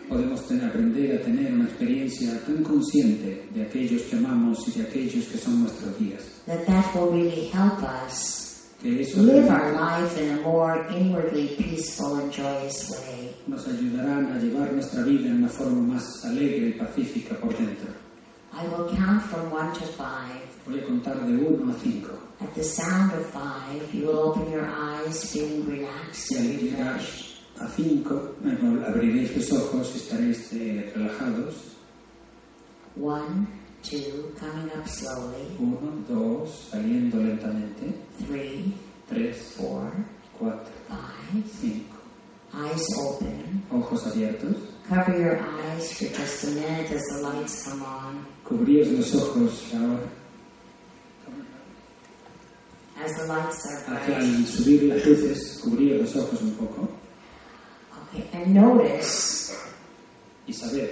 D: podemos tener- aprender a tener una experiencia tan consciente de aquellos que amamos y de aquellos que son nuestros guías.
B: That that will really help us
D: Que eso
B: live our life in a more inwardly peaceful and joyous way.
D: nos ayudarán a llevar nuestra vida en una forma más alegre y pacífica por dentro.
B: I will count from one to five.
D: Voy a contar de 1 a 5.
B: At the sound of five, you will open your eyes feeling relaxed
D: Y al
B: and
D: llegar
B: refreshed.
D: a 5, abriréis los ojos y estaréis eh, relajados.
B: One, two, coming up slowly.
D: 1, 2, saliendo lentamente.
B: Three,
D: 3,
B: four,
D: 4,
B: five.
D: 5.
B: Eyes open.
D: Ojos abiertos.
B: Cover your eyes for just a minute as the lights come on.
D: Cubríos los ojos ahora.
B: As the lights are
D: Hacia-
B: bright.
D: Al subir las luces, cubríos los ojos un poco
B: Okay, and notice
D: y saber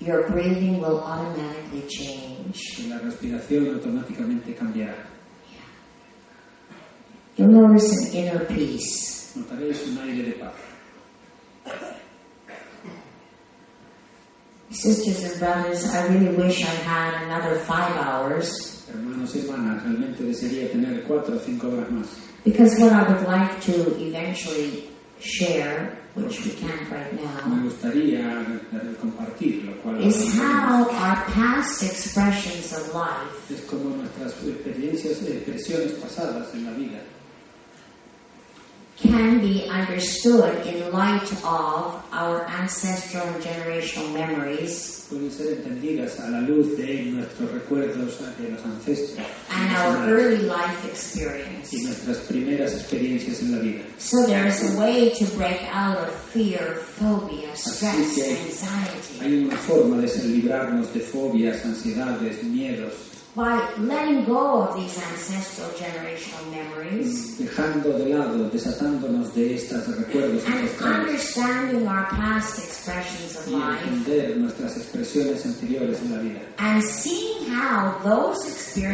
B: your breathing will automatically change.
D: que la respiración automáticamente cambiará.
B: You'll notice an inner peace.
D: Notaréis un aire de paz.
B: Sisters and brothers, I really wish I had another five hours
D: Hermanos y hermanas, realmente desearía tener cuatro o cinco horas más.
B: Because what I would like to eventually share, which we can't right
D: Me
B: now,
D: gustaría eh, compartir, lo cual
B: is how our past expressions of life
D: es como nuestras experiencias, eh, expresiones pasadas en la vida
B: can be understood in light of our ancestral and generational memories
D: pueden ser entendidas a la luz de nuestros recuerdos de los ancestros
B: and our early life experience.
D: y nuestras primeras experiencias en la vida.
B: So there's a way to break out of fear, phobia, stress, anxiety
D: Hay una forma de ser- librarnos de fobias, ansiedades, miedos,
B: by letting go of these ancestral generational memories
D: dejando de lado, desatándonos de estos recuerdos
B: and
D: ancestrales
B: understanding our past expressions of
D: y
B: life
D: entender nuestras expresiones anteriores en la vida.
B: and seeing how those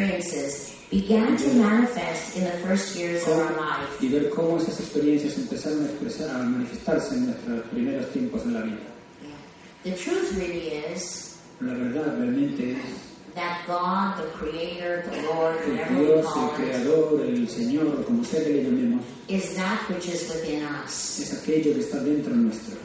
B: experiences began to manifest in the first years of our life.
D: y ver cómo esas experiencias empezaron a, expresar, a manifestarse en nuestros primeros tiempos de la vida.
B: The truth really is
D: La verdad realmente es
B: that God, the Creator, the Lord,
D: que
B: whatever we
D: Dios,
B: call
D: el
B: it,
D: Creador, el Señor, como sea que le llamemos,
B: is that which is within us.
D: es aquello que está dentro nuestro.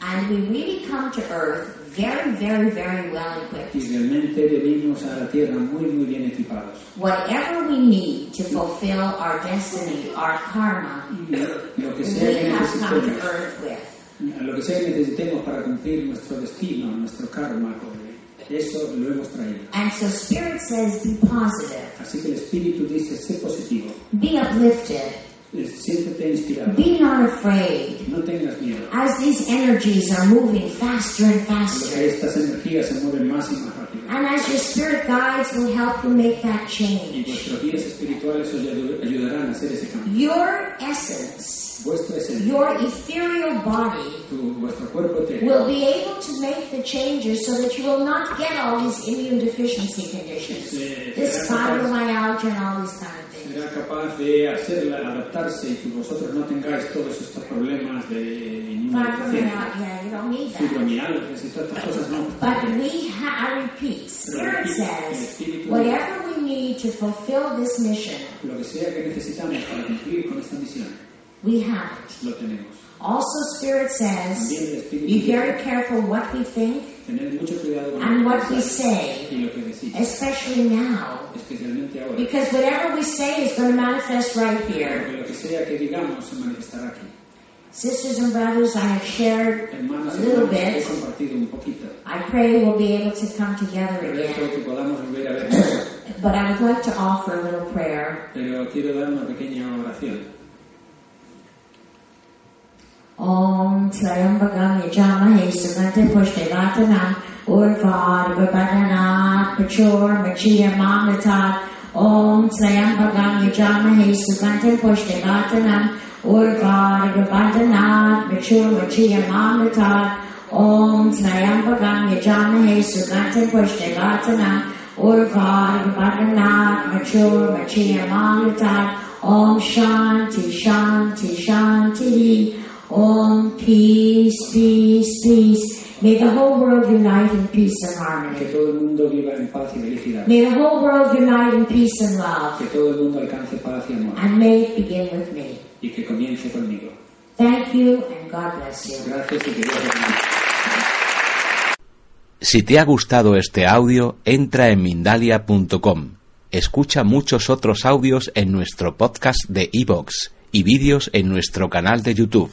B: And we really come to Earth very, very, very well
D: Y
B: equipped.
D: realmente venimos a la Tierra muy, muy bien equipados.
B: Whatever we need to fulfill our destiny, our karma,
D: Y lo que
B: we
D: sea que
B: have come to
D: necesitemos,
B: Earth with.
D: lo que sea que necesitemos para cumplir nuestro destino, nuestro karma, con- eso lo hemos traído.
B: And so Spirit says, be positive,
D: Así que el Espíritu dice, sé positivo, eh,
B: be uplifted,
D: siéntete inspirado,
B: be not afraid.
D: no tengas miedo.
B: As these energies are moving faster and
D: Porque
B: faster,
D: estas energías se mueven más y más rápido.
B: and as your spirit guides will help you make that
D: Y
B: change,
D: vuestros guías espirituales os ayu- ayudarán a hacer ese cambio.
B: your essence,
D: Vuestra esencia,
B: your ethereal body
D: tu- vuestro cuerpo etéreo,
B: will be able to make the changes so that you will not get all these immune deficiency conditions. This fibromyalgia and all these kind of things.
D: será capaz de hacerla, adaptarse y que vosotros no tengáis todos estos problemas de inmunodeficiencia,
B: Fibromyalgia, you don't need that.
D: fibromialgias y todas estas cosas, no.
B: But we ha- I repeat, Spirit says, whatever we need to fulfill this mission,
D: Lo que sea que necesitamos para cumplir con esta misión,
B: we have it.
D: lo tenemos.
B: Also, Spirit says,
D: También el
B: be
D: espíritu
B: very careful what we think
D: tener mucho cuidado con
B: and
D: lo que
B: what we
D: pensáis
B: say,
D: y lo que decís,
B: especially now.
D: especialmente ahora.
B: Because whatever we say is going to manifest right here.
D: Porque lo que sea que digamos se manifestará aquí.
B: Sisters and brothers, I have shared
D: Hermanos,
B: a
D: y
B: little
D: hermanas, he
B: bit.
D: compartido un poquito.
B: I pray we'll be able to come together
D: Pero espero
B: again.
D: que podamos volver a vernos.
B: But I would like to offer a little prayer.
D: Pero quiero dar una pequeña oración.
B: Om Swarambhagam Yajamahe Sumante Pushtivatana Urvad Vabhadanat Pachor Machiya Mamritat Om Swarambhagam Yajamahe Sumante Pushtivatana Urvad Vabhadanat Pachor Machiya Mamritat Om Swarambhagam Yajamahe Sumante Pushtivatana Urvad Vabhadanat Pachor Machiya Mamritat Om Shanti Shanti Shanti Om peace, peace, peace. May the whole world unite in peace and
D: Que
B: harmony.
D: todo el mundo viva en paz y felicidad.
B: May the whole world unite in peace and love.
D: Que todo el mundo alcance paz y amor.
B: And may it begin with me.
D: Y que comience conmigo.
B: Thank you and God bless you.
D: Gracias y que Dios os bendiga.
E: Si te ha gustado este audio, entra en mindalia.com. Escucha muchos otros audios en nuestro podcast de iVoox y vídeos en nuestro canal de YouTube.